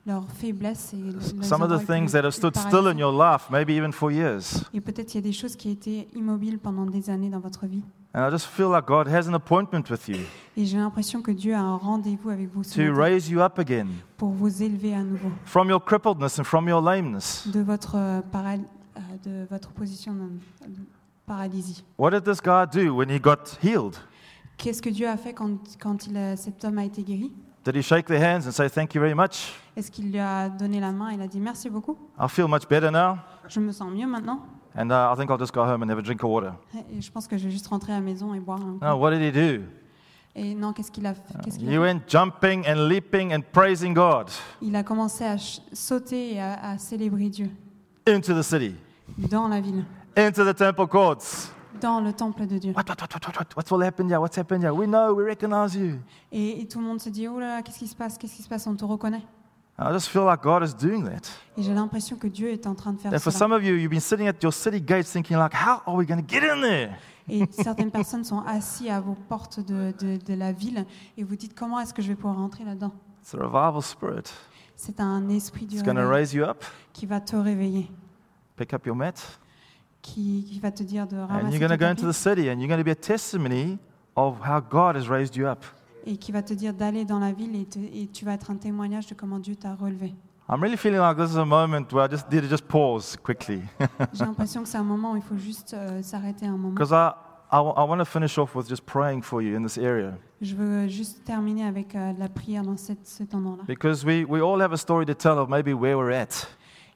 [SPEAKER 2] leur faiblesse et le- leurs
[SPEAKER 1] some of the
[SPEAKER 2] endroits
[SPEAKER 1] things
[SPEAKER 2] les
[SPEAKER 1] that have
[SPEAKER 2] plus
[SPEAKER 1] stood still in
[SPEAKER 2] paralysés.
[SPEAKER 1] your life, maybe even for years.
[SPEAKER 2] Et peut-être il y a des choses qui étaient immobiles pendant des années dans votre vie.
[SPEAKER 1] And I just feel like God has an appointment with you
[SPEAKER 2] Et j'ai l'impression que Dieu a un rendez-vous avec vous ce
[SPEAKER 1] to
[SPEAKER 2] matin
[SPEAKER 1] raise you up again
[SPEAKER 2] pour vous élever à nouveau
[SPEAKER 1] from your crippledness and from your lameness.
[SPEAKER 2] de votre, euh, paral- euh, de votre position de de paralysie.
[SPEAKER 1] What did this guy do when he got healed?
[SPEAKER 2] Qu'est-ce que Dieu a fait quand, quand il a- cet homme a été guéri
[SPEAKER 1] Did he shake their hands and say, Thank you very much?
[SPEAKER 2] Est-ce qu'il lui a donné la main Il a dit merci beaucoup,
[SPEAKER 1] I feel much better now.
[SPEAKER 2] je me sens mieux maintenant.
[SPEAKER 1] And uh, I think I'll just go home and have a drink of water.
[SPEAKER 2] Et je pense que je vais juste rentrer à la maison et boire un coup.
[SPEAKER 1] No, what did he do?
[SPEAKER 2] Et non, qu'est-ce qu'il a fait, Qu'est-ce qu'il a
[SPEAKER 1] Ah. You
[SPEAKER 2] fait
[SPEAKER 1] went jumping and leaping and praising God
[SPEAKER 2] Il a commencé à ch- sauter et à, à célébrer Dieu
[SPEAKER 1] into the city,
[SPEAKER 2] dans la ville,
[SPEAKER 1] into the temple courts.
[SPEAKER 2] dans le temple de Dieu.
[SPEAKER 1] What, what, what, what, what, what? What's all happened here? What's happened here? We know, we recognize you.
[SPEAKER 2] Et, et tout le monde se dit, oh là là, qu'est-ce qui se passe Qu'est-ce qui se passe On te reconnaît.
[SPEAKER 1] I just feel like God is doing that.
[SPEAKER 2] Et j'ai l'impression que Dieu est en train de faire
[SPEAKER 1] And for
[SPEAKER 2] ça.
[SPEAKER 1] some of you, you've been sitting at your city gates thinking like, how are we going to get in there?
[SPEAKER 2] Et certaines personnes sont assises à vos portes de, de- de la ville et vous dites, comment est-ce que je vais pouvoir rentrer là-dedans
[SPEAKER 1] It's a revival spirit.
[SPEAKER 2] C'est un esprit du
[SPEAKER 1] It's going to
[SPEAKER 2] réveil
[SPEAKER 1] raise you up,
[SPEAKER 2] qui va te réveiller,
[SPEAKER 1] pick up your mat,
[SPEAKER 2] qui, qui va te dire de
[SPEAKER 1] and
[SPEAKER 2] ramasser
[SPEAKER 1] you're going to
[SPEAKER 2] ton
[SPEAKER 1] go into
[SPEAKER 2] tapis
[SPEAKER 1] the city and you're going to be a testimony of how God has raised you up.
[SPEAKER 2] et qui va te dire d'aller dans la ville et, te- et tu vas être un témoignage de comment Dieu t'a relevé.
[SPEAKER 1] I'm really feeling like this is a moment where I just need to just pause quickly
[SPEAKER 2] J'ai l'impression que c'est un moment où il faut juste euh, s'arrêter un moment.
[SPEAKER 1] because I, I, want to finish off with just praying for you in this area
[SPEAKER 2] Je veux juste terminer avec euh, de la prière dans cette, cet endroit-là.
[SPEAKER 1] because we, we all have a story to tell of maybe where we're at.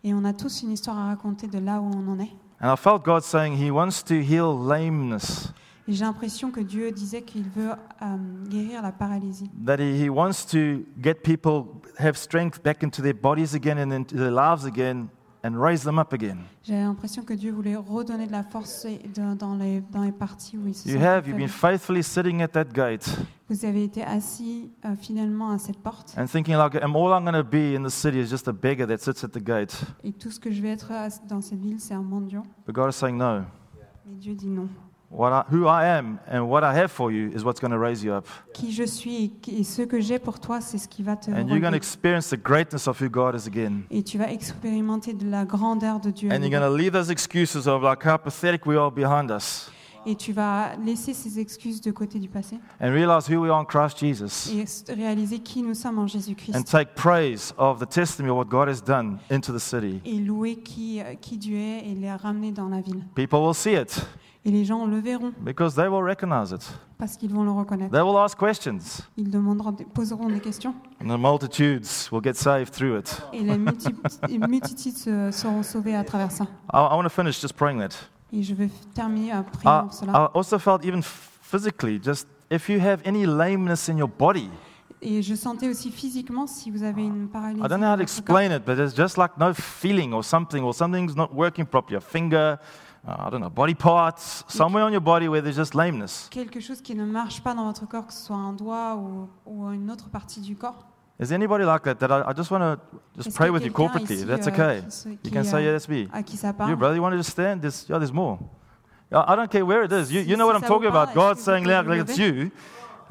[SPEAKER 2] Et on a tous une histoire à raconter de là où on en est.
[SPEAKER 1] And I felt God saying He wants to heal lameness,
[SPEAKER 2] Et j'ai l'impression que Dieu disait qu'il veut euh, guérir la paralysie,
[SPEAKER 1] that he, he wants to get people have strength back into their bodies again and into their lives again and raise them up again.
[SPEAKER 2] j'ai l'impression que Dieu voulait redonner de la force et de- dans, les, dans les parties où il se
[SPEAKER 1] You
[SPEAKER 2] sentait
[SPEAKER 1] have, you've been
[SPEAKER 2] faible.
[SPEAKER 1] faithfully sitting at that gate
[SPEAKER 2] Vous avez été assis euh, finalement à cette porte
[SPEAKER 1] and thinking like, "Am all I'm going to be in the city is just a beggar that sits at the gate.
[SPEAKER 2] et tout ce que je vais être à- dans cette ville, c'est un mendiant.
[SPEAKER 1] But God is saying, no.
[SPEAKER 2] Mais Dieu dit non.
[SPEAKER 1] What I, who I am and what I have for you is what's going to raise you up.
[SPEAKER 2] Qui je suis et, qui- et ce que j'ai pour toi, c'est ce qui va te
[SPEAKER 1] And you're going to
[SPEAKER 2] relever.
[SPEAKER 1] experience the greatness of who God is again.
[SPEAKER 2] Et tu vas expérimenter de la grandeur de Dieu. à
[SPEAKER 1] And you're
[SPEAKER 2] nouveau.
[SPEAKER 1] going to leave those excuses of like how pathetic we are behind us
[SPEAKER 2] Et tu vas laisser ces excuses de côté du passé
[SPEAKER 1] and realize who we are in Christ Jesus
[SPEAKER 2] et s- réaliser qui nous sommes en
[SPEAKER 1] and
[SPEAKER 2] Jésus-Christ.
[SPEAKER 1] take praise of the testimony of what God has done into the city.
[SPEAKER 2] Et louer qui, euh, qui Dieu est et les ramener dans la ville.
[SPEAKER 1] People will see it
[SPEAKER 2] Et les gens le verront
[SPEAKER 1] because they will recognize it.
[SPEAKER 2] parce qu'ils vont le reconnaître.
[SPEAKER 1] They will ask questions
[SPEAKER 2] Ils demanderont, des- poseront des questions
[SPEAKER 1] and the multitudes will get saved through it.
[SPEAKER 2] et les multi- et multitudes se- seront sauvées à travers ça.
[SPEAKER 1] I, I want to finish just praying that.
[SPEAKER 2] Et je vais f- terminer en priant
[SPEAKER 1] I,
[SPEAKER 2] pour
[SPEAKER 1] I
[SPEAKER 2] cela.
[SPEAKER 1] also felt even physically just if you have any lameness in your body,
[SPEAKER 2] Et je sentais aussi physiquement si vous avez une paralysie.
[SPEAKER 1] I don't know how to
[SPEAKER 2] dans votre corps.
[SPEAKER 1] Ah, explain it, but there's just like no feeling or something, or something's not working properly. A finger, uh, I don't know, body parts, somewhere on your body where there's just lameness.
[SPEAKER 2] Quelque chose qui ne marche pas dans votre corps, que ce soit un doigt ou, ou une autre partie du corps.
[SPEAKER 1] Is there anybody like that? That I, I just want to just
[SPEAKER 2] Est-ce
[SPEAKER 1] pray
[SPEAKER 2] qu'il y a
[SPEAKER 1] with you
[SPEAKER 2] quelqu'un
[SPEAKER 1] corporately.
[SPEAKER 2] ici,
[SPEAKER 1] That's
[SPEAKER 2] euh,
[SPEAKER 1] okay.
[SPEAKER 2] qui se-
[SPEAKER 1] You
[SPEAKER 2] qui,
[SPEAKER 1] can say, yeah,
[SPEAKER 2] euh,
[SPEAKER 1] that's me.
[SPEAKER 2] à qui ça
[SPEAKER 1] You,
[SPEAKER 2] parle
[SPEAKER 1] brother, you want to just stand? There's, yeah, there's more. Yeah, I don't care where it is. You, you know what I'm
[SPEAKER 2] Si ça vous
[SPEAKER 1] talking about.
[SPEAKER 2] parle,
[SPEAKER 1] God's
[SPEAKER 2] est-ce que vous
[SPEAKER 1] saying,
[SPEAKER 2] pouvez
[SPEAKER 1] like,
[SPEAKER 2] vous
[SPEAKER 1] like it's
[SPEAKER 2] lever?
[SPEAKER 1] you.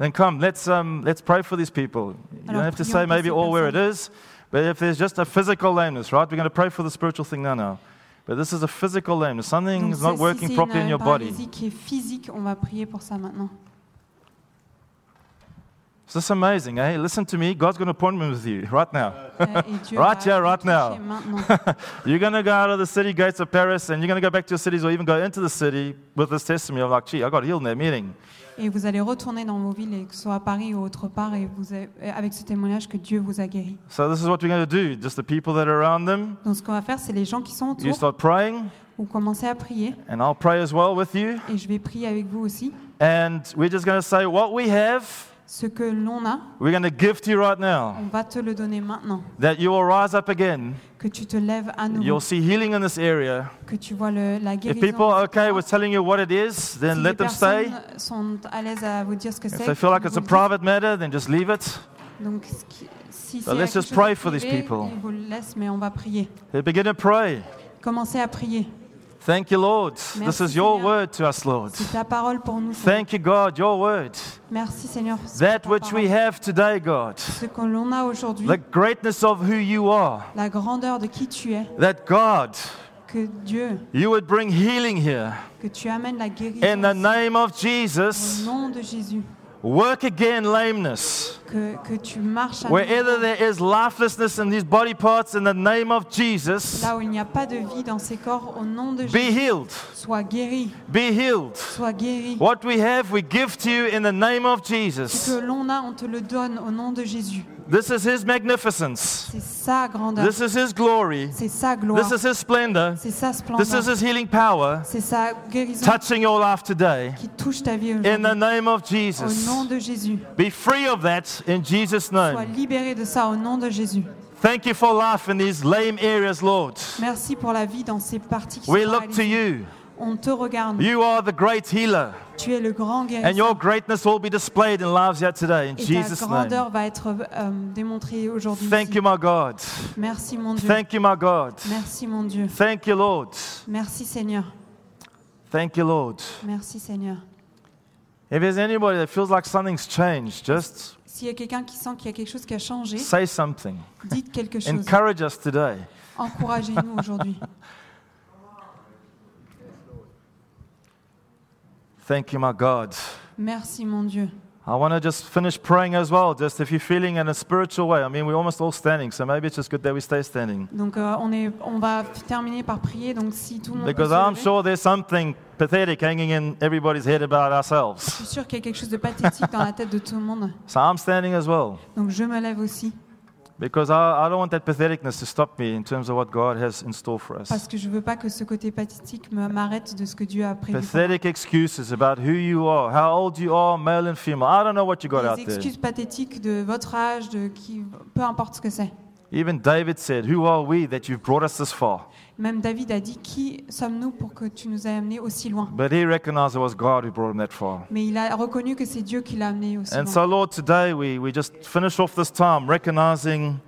[SPEAKER 1] Then come, let's, um, let's pray for these people. You don't
[SPEAKER 2] Alors,
[SPEAKER 1] have to
[SPEAKER 2] prions
[SPEAKER 1] say
[SPEAKER 2] pour
[SPEAKER 1] maybe
[SPEAKER 2] ces
[SPEAKER 1] all where it is, but if there's just a physical lameness, right? We're going to pray for the spiritual thing now. now. But this is a physical lameness. Something
[SPEAKER 2] Donc,
[SPEAKER 1] is not
[SPEAKER 2] ça, si
[SPEAKER 1] working
[SPEAKER 2] c'est
[SPEAKER 1] properly in
[SPEAKER 2] une
[SPEAKER 1] your body.
[SPEAKER 2] paralysie qui est physique, on va prier pour ça maintenant.
[SPEAKER 1] Is this amazing, eh? Listen to me. God's going to appoint me with you right now.
[SPEAKER 2] Euh, et Dieu
[SPEAKER 1] Right
[SPEAKER 2] va
[SPEAKER 1] here,
[SPEAKER 2] nous
[SPEAKER 1] right now.
[SPEAKER 2] toucher maintenant.
[SPEAKER 1] You're going to go out of the city gates of Paris and you're going to go back to your cities or even go into the city with this testimony of like, gee, I got healed in that meeting.
[SPEAKER 2] Et vous allez retourner dans vos villes, et que ce soit à Paris ou autre part, et vous avez- euh, avec ce témoignage que Dieu vous a guéri.
[SPEAKER 1] So this is what we're going to do. Just the people that are around them,
[SPEAKER 2] Donc ce qu'on va faire, c'est les gens qui sont
[SPEAKER 1] you
[SPEAKER 2] autour,
[SPEAKER 1] start praying
[SPEAKER 2] vous commencez à prier,
[SPEAKER 1] and I'll pray as well with you.
[SPEAKER 2] et je vais prier avec vous aussi.
[SPEAKER 1] And we're just going to say what we have
[SPEAKER 2] Ce que l'on a,
[SPEAKER 1] We're going to gift you right now
[SPEAKER 2] on va te le donner maintenant.
[SPEAKER 1] that you will rise up again.
[SPEAKER 2] Que tu te lèves à nouveau.
[SPEAKER 1] You'll see healing in this area.
[SPEAKER 2] Que tu vois le- la
[SPEAKER 1] If
[SPEAKER 2] guérison.
[SPEAKER 1] people are okay with telling you what it is,
[SPEAKER 2] si
[SPEAKER 1] then
[SPEAKER 2] les
[SPEAKER 1] let them stay.
[SPEAKER 2] personnes sont à l'aise à vous dire ce que c'est.
[SPEAKER 1] If they feel like it's a
[SPEAKER 2] vous le dites.
[SPEAKER 1] private matter, then just leave it.
[SPEAKER 2] Donc, ce qui- si
[SPEAKER 1] So
[SPEAKER 2] c'est
[SPEAKER 1] let's
[SPEAKER 2] quelque
[SPEAKER 1] just
[SPEAKER 2] chose de
[SPEAKER 1] pray for these
[SPEAKER 2] privé,
[SPEAKER 1] people.
[SPEAKER 2] ils vous le laissent, mais on va prier.
[SPEAKER 1] They begin to pray.
[SPEAKER 2] Commencez à prier.
[SPEAKER 1] Thank you, Lord. This
[SPEAKER 2] Merci,
[SPEAKER 1] is your
[SPEAKER 2] Seigneur.
[SPEAKER 1] word to us, Lord.
[SPEAKER 2] C'est ta parole pour nous. Seigneur.
[SPEAKER 1] Thank you, God, your word.
[SPEAKER 2] Merci Seigneur. pour
[SPEAKER 1] That
[SPEAKER 2] ta
[SPEAKER 1] which we
[SPEAKER 2] parole.
[SPEAKER 1] have today, God.
[SPEAKER 2] Ce que l'on a aujourd'hui,
[SPEAKER 1] The greatness of who you are.
[SPEAKER 2] la grandeur de qui tu es,
[SPEAKER 1] That, God,
[SPEAKER 2] que Dieu,
[SPEAKER 1] you would bring healing here.
[SPEAKER 2] que tu amènes la guérison
[SPEAKER 1] In the
[SPEAKER 2] ici,
[SPEAKER 1] name of
[SPEAKER 2] au
[SPEAKER 1] Jesus,
[SPEAKER 2] nom de Jésus,
[SPEAKER 1] work again lameness.
[SPEAKER 2] que, que tu marches à
[SPEAKER 1] Wherever
[SPEAKER 2] nouveau,
[SPEAKER 1] there is lifelessness in these body parts, in the name of Jesus,
[SPEAKER 2] là où il n'y a pas de vie dans ces corps, au nom de
[SPEAKER 1] be
[SPEAKER 2] Jésus,
[SPEAKER 1] healed.
[SPEAKER 2] sois guéri,
[SPEAKER 1] Be healed.
[SPEAKER 2] sois guéri.
[SPEAKER 1] What we have, we give to you in the name of
[SPEAKER 2] Ce
[SPEAKER 1] Jesus.
[SPEAKER 2] que l'on a, on te le donne au nom de Jésus.
[SPEAKER 1] This is His magnificence.
[SPEAKER 2] C'est sa grandeur,
[SPEAKER 1] This is His glory.
[SPEAKER 2] c'est sa gloire,
[SPEAKER 1] This is His splendor.
[SPEAKER 2] c'est sa
[SPEAKER 1] This is
[SPEAKER 2] splendeur,
[SPEAKER 1] His healing power
[SPEAKER 2] c'est sa guérison
[SPEAKER 1] touching your life today.
[SPEAKER 2] qui touche ta vie
[SPEAKER 1] In the
[SPEAKER 2] aujourd'hui.
[SPEAKER 1] name of
[SPEAKER 2] Au
[SPEAKER 1] Jesus.
[SPEAKER 2] nom de Jésus,
[SPEAKER 1] Be free of that in Jesus'
[SPEAKER 2] sois
[SPEAKER 1] name.
[SPEAKER 2] libéré de ça au nom de Jésus.
[SPEAKER 1] Thank you for life in these lame areas, Lord.
[SPEAKER 2] Merci pour la vie dans ces parties qui
[SPEAKER 1] We
[SPEAKER 2] sont
[SPEAKER 1] look to
[SPEAKER 2] paralysées.
[SPEAKER 1] you.
[SPEAKER 2] On te regarde.
[SPEAKER 1] You are the great healer.
[SPEAKER 2] Tu es le grand
[SPEAKER 1] And
[SPEAKER 2] guérisseur.
[SPEAKER 1] your greatness will be displayed in lives yet today in
[SPEAKER 2] Et
[SPEAKER 1] Jesus'
[SPEAKER 2] ta
[SPEAKER 1] name.
[SPEAKER 2] grandeur va être euh, démontrée aujourd'hui.
[SPEAKER 1] Thank
[SPEAKER 2] ici.
[SPEAKER 1] you, my God.
[SPEAKER 2] Merci mon Dieu.
[SPEAKER 1] Thank you, my God.
[SPEAKER 2] Merci mon Dieu.
[SPEAKER 1] Thank you, Lord.
[SPEAKER 2] Merci Seigneur.
[SPEAKER 1] Thank you, Lord.
[SPEAKER 2] Merci Seigneur.
[SPEAKER 1] If there's anybody that feels like something's changed, just
[SPEAKER 2] S'il y a quelqu'un qui sent qu'il y a quelque chose qui a changé,
[SPEAKER 1] say something.
[SPEAKER 2] dites quelque chose.
[SPEAKER 1] Encourage us today.
[SPEAKER 2] Encouragez-nous aujourd'hui.
[SPEAKER 1] Thank you, my God.
[SPEAKER 2] Merci mon Dieu.
[SPEAKER 1] I want to just finish praying as well, just if you're feeling in a spiritual way. I mean, we're almost all standing, so maybe it's just good that we stay standing.
[SPEAKER 2] Donc euh, on, est, on va terminer par prier. Donc si tout le monde peut
[SPEAKER 1] Because
[SPEAKER 2] se
[SPEAKER 1] I'm
[SPEAKER 2] lever,
[SPEAKER 1] sure there's something pathetic hanging in everybody's head about
[SPEAKER 2] je
[SPEAKER 1] ourselves.
[SPEAKER 2] suis sûre qu'il y a quelque chose de pathétique dans la tête de tout le monde.
[SPEAKER 1] So I'm standing as well.
[SPEAKER 2] Donc je me lève aussi
[SPEAKER 1] Because I, I don't want that patheticness to stop me in terms of what God has in store for us.
[SPEAKER 2] parce que je veux pas que ce côté pathétique me- m'arrête de ce que Dieu a prévu. pour moi.
[SPEAKER 1] Pathetic excuses about who you are, how old you are, male and female. I don't know what you got out
[SPEAKER 2] Des
[SPEAKER 1] there.
[SPEAKER 2] excuses pathétiques de votre âge, de qui, peu importe ce que c'est.
[SPEAKER 1] Even David said, Who are we that you've brought us this far?
[SPEAKER 2] Même David a dit Qui sommes-nous pour que tu nous aies amenés aussi loin
[SPEAKER 1] But he recognized it was God who brought him that far.
[SPEAKER 2] Mais il a reconnu que c'est Dieu qui l'a amené aussi
[SPEAKER 1] And
[SPEAKER 2] loin.
[SPEAKER 1] so, Lord, today we, we just finish off this time recognizing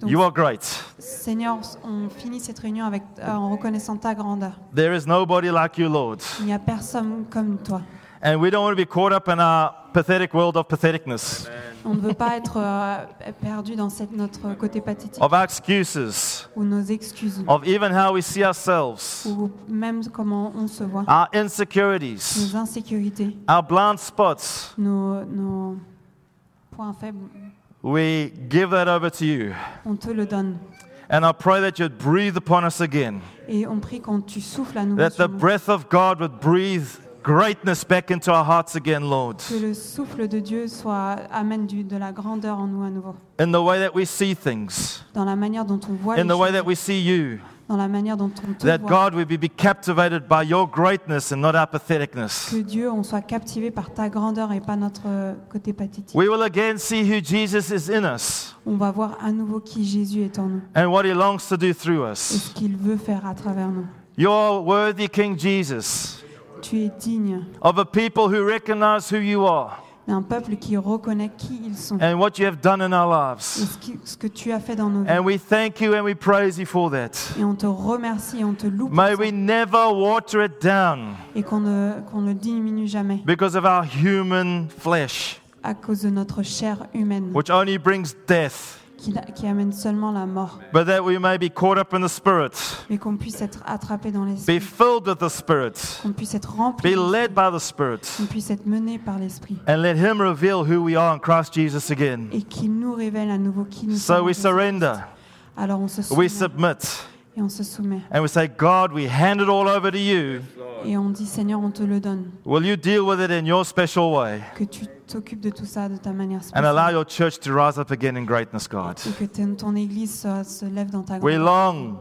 [SPEAKER 2] Donc,
[SPEAKER 1] you are great.
[SPEAKER 2] Seigneur, on finit cette réunion avec, euh, en reconnaissant ta grandeur.
[SPEAKER 1] There is nobody like you, Lord.
[SPEAKER 2] Il n'y a personne comme toi.
[SPEAKER 1] And we don't want to be caught up in our pathetic world of patheticness,
[SPEAKER 2] On ne veut pas être euh, perdu dans cette, notre côté pathétique
[SPEAKER 1] of our excuses,
[SPEAKER 2] ou nos excuses
[SPEAKER 1] of even how we see ourselves.
[SPEAKER 2] ou même comment on se voit,
[SPEAKER 1] our insecurities,
[SPEAKER 2] nos insécurités,
[SPEAKER 1] our blind spots,
[SPEAKER 2] nos, nos points faibles.
[SPEAKER 1] we give that over to you.
[SPEAKER 2] On te le donne.
[SPEAKER 1] And I pray that you'd breathe upon us again,
[SPEAKER 2] Et on prie quand tu souffles à nouveau
[SPEAKER 1] that the
[SPEAKER 2] sur nous,
[SPEAKER 1] breath of God would breathe greatness back into our hearts again, Lord,
[SPEAKER 2] que le souffle de Dieu soit amène du, de la grandeur en nous à nouveau,
[SPEAKER 1] in the way that we see things,
[SPEAKER 2] dans la manière dont on voit
[SPEAKER 1] in
[SPEAKER 2] les
[SPEAKER 1] the way
[SPEAKER 2] choses,
[SPEAKER 1] that we see you,
[SPEAKER 2] dans la manière dont on te
[SPEAKER 1] that
[SPEAKER 2] voit,
[SPEAKER 1] God would be captivated by your greatness and not our patheticness.
[SPEAKER 2] que Dieu, on soit captivé par ta grandeur et pas notre euh, côté pathétique.
[SPEAKER 1] We will again see who Jesus is in us
[SPEAKER 2] On va voir à nouveau qui Jésus est en nous
[SPEAKER 1] and what he longs to do through
[SPEAKER 2] et
[SPEAKER 1] us.
[SPEAKER 2] ce qu'il veut faire à travers nous.
[SPEAKER 1] You're worthy, King Jesus,
[SPEAKER 2] Tu es digne
[SPEAKER 1] of a people who recognize who you are.
[SPEAKER 2] d'un peuple qui reconnaît qui ils sont et
[SPEAKER 1] and what you have done in our lives.
[SPEAKER 2] ce, qui- ce que tu as fait dans nos vies.
[SPEAKER 1] And we thank you and we praise you for that.
[SPEAKER 2] Et on te remercie et on te loue pour
[SPEAKER 1] May
[SPEAKER 2] ça.
[SPEAKER 1] we never water it down
[SPEAKER 2] et qu'on ne, qu'on ne diminue jamais
[SPEAKER 1] because of our human flesh,
[SPEAKER 2] à cause de notre chair humaine.
[SPEAKER 1] which only brings death,
[SPEAKER 2] qui, qui amène seulement la mort,
[SPEAKER 1] but that we may be caught up in the Spirit,
[SPEAKER 2] mais qu'on puisse être attrapé dans
[SPEAKER 1] be
[SPEAKER 2] l'esprit,
[SPEAKER 1] filled with the Spirit,
[SPEAKER 2] qu'on puisse être rempli,
[SPEAKER 1] be
[SPEAKER 2] de l'Esprit,
[SPEAKER 1] led by the Spirit,
[SPEAKER 2] qu'on puisse être mené par l'esprit,
[SPEAKER 1] and let Him reveal who we are in Christ Jesus again.
[SPEAKER 2] et qu'il nous révèle à nouveau qui nous
[SPEAKER 1] So
[SPEAKER 2] sommes.
[SPEAKER 1] we surrender,
[SPEAKER 2] Alors on se
[SPEAKER 1] we
[SPEAKER 2] soumet
[SPEAKER 1] submit,
[SPEAKER 2] et on se soumet
[SPEAKER 1] and we say, God, we hand it all over to you.
[SPEAKER 2] et on dit Seigneur, on te le donne,
[SPEAKER 1] Will you deal with it in your special way?
[SPEAKER 2] que tu t'occupes de tout ça de ta manière
[SPEAKER 1] And allow
[SPEAKER 2] spéciale
[SPEAKER 1] your church to rise up again in greatness, God.
[SPEAKER 2] et que ton, ton Église soit- se lève dans ta
[SPEAKER 1] We
[SPEAKER 2] grandeur.
[SPEAKER 1] long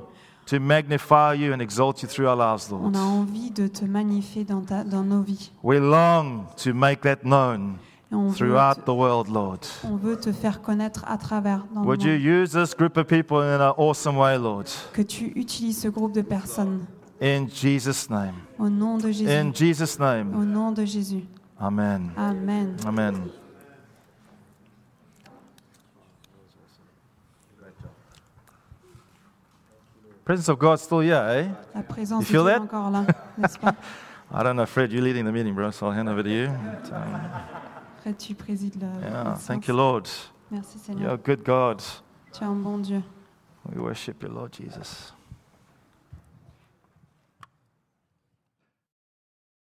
[SPEAKER 1] to magnify you and exalt you through our lives,
[SPEAKER 2] On
[SPEAKER 1] Lord.
[SPEAKER 2] a envie de te magnifier dans, ta, dans nos vies.
[SPEAKER 1] We long to make that known
[SPEAKER 2] Et Et on, veut
[SPEAKER 1] throughout
[SPEAKER 2] te,
[SPEAKER 1] the world, Lord.
[SPEAKER 2] on veut te faire connaître à travers dans le
[SPEAKER 1] Would you
[SPEAKER 2] monde.
[SPEAKER 1] use this group of people in an awesome way, Lord?
[SPEAKER 2] que tu utilises ce groupe de personnes
[SPEAKER 1] In Jesus' name.
[SPEAKER 2] au nom de Jésus.
[SPEAKER 1] In Jesus' name.
[SPEAKER 2] Au nom de Jésus.
[SPEAKER 1] Amen.
[SPEAKER 2] Amen.
[SPEAKER 1] Amen. Presence of God's still here, eh?
[SPEAKER 2] La présence
[SPEAKER 1] You
[SPEAKER 2] de
[SPEAKER 1] feel
[SPEAKER 2] Dieu est
[SPEAKER 1] that?
[SPEAKER 2] encore là, n'est-ce pas
[SPEAKER 1] I don't know, Fred, you're leading the meeting, bro, so I'll hand over to you. But, um,
[SPEAKER 2] Après, tu présides la.
[SPEAKER 1] yeah,
[SPEAKER 2] la
[SPEAKER 1] thank you,
[SPEAKER 2] séance.
[SPEAKER 1] Lord.
[SPEAKER 2] Merci Seigneur.
[SPEAKER 1] You're a good God.
[SPEAKER 2] Tu es un bon Dieu.
[SPEAKER 1] We worship you, Lord Jesus.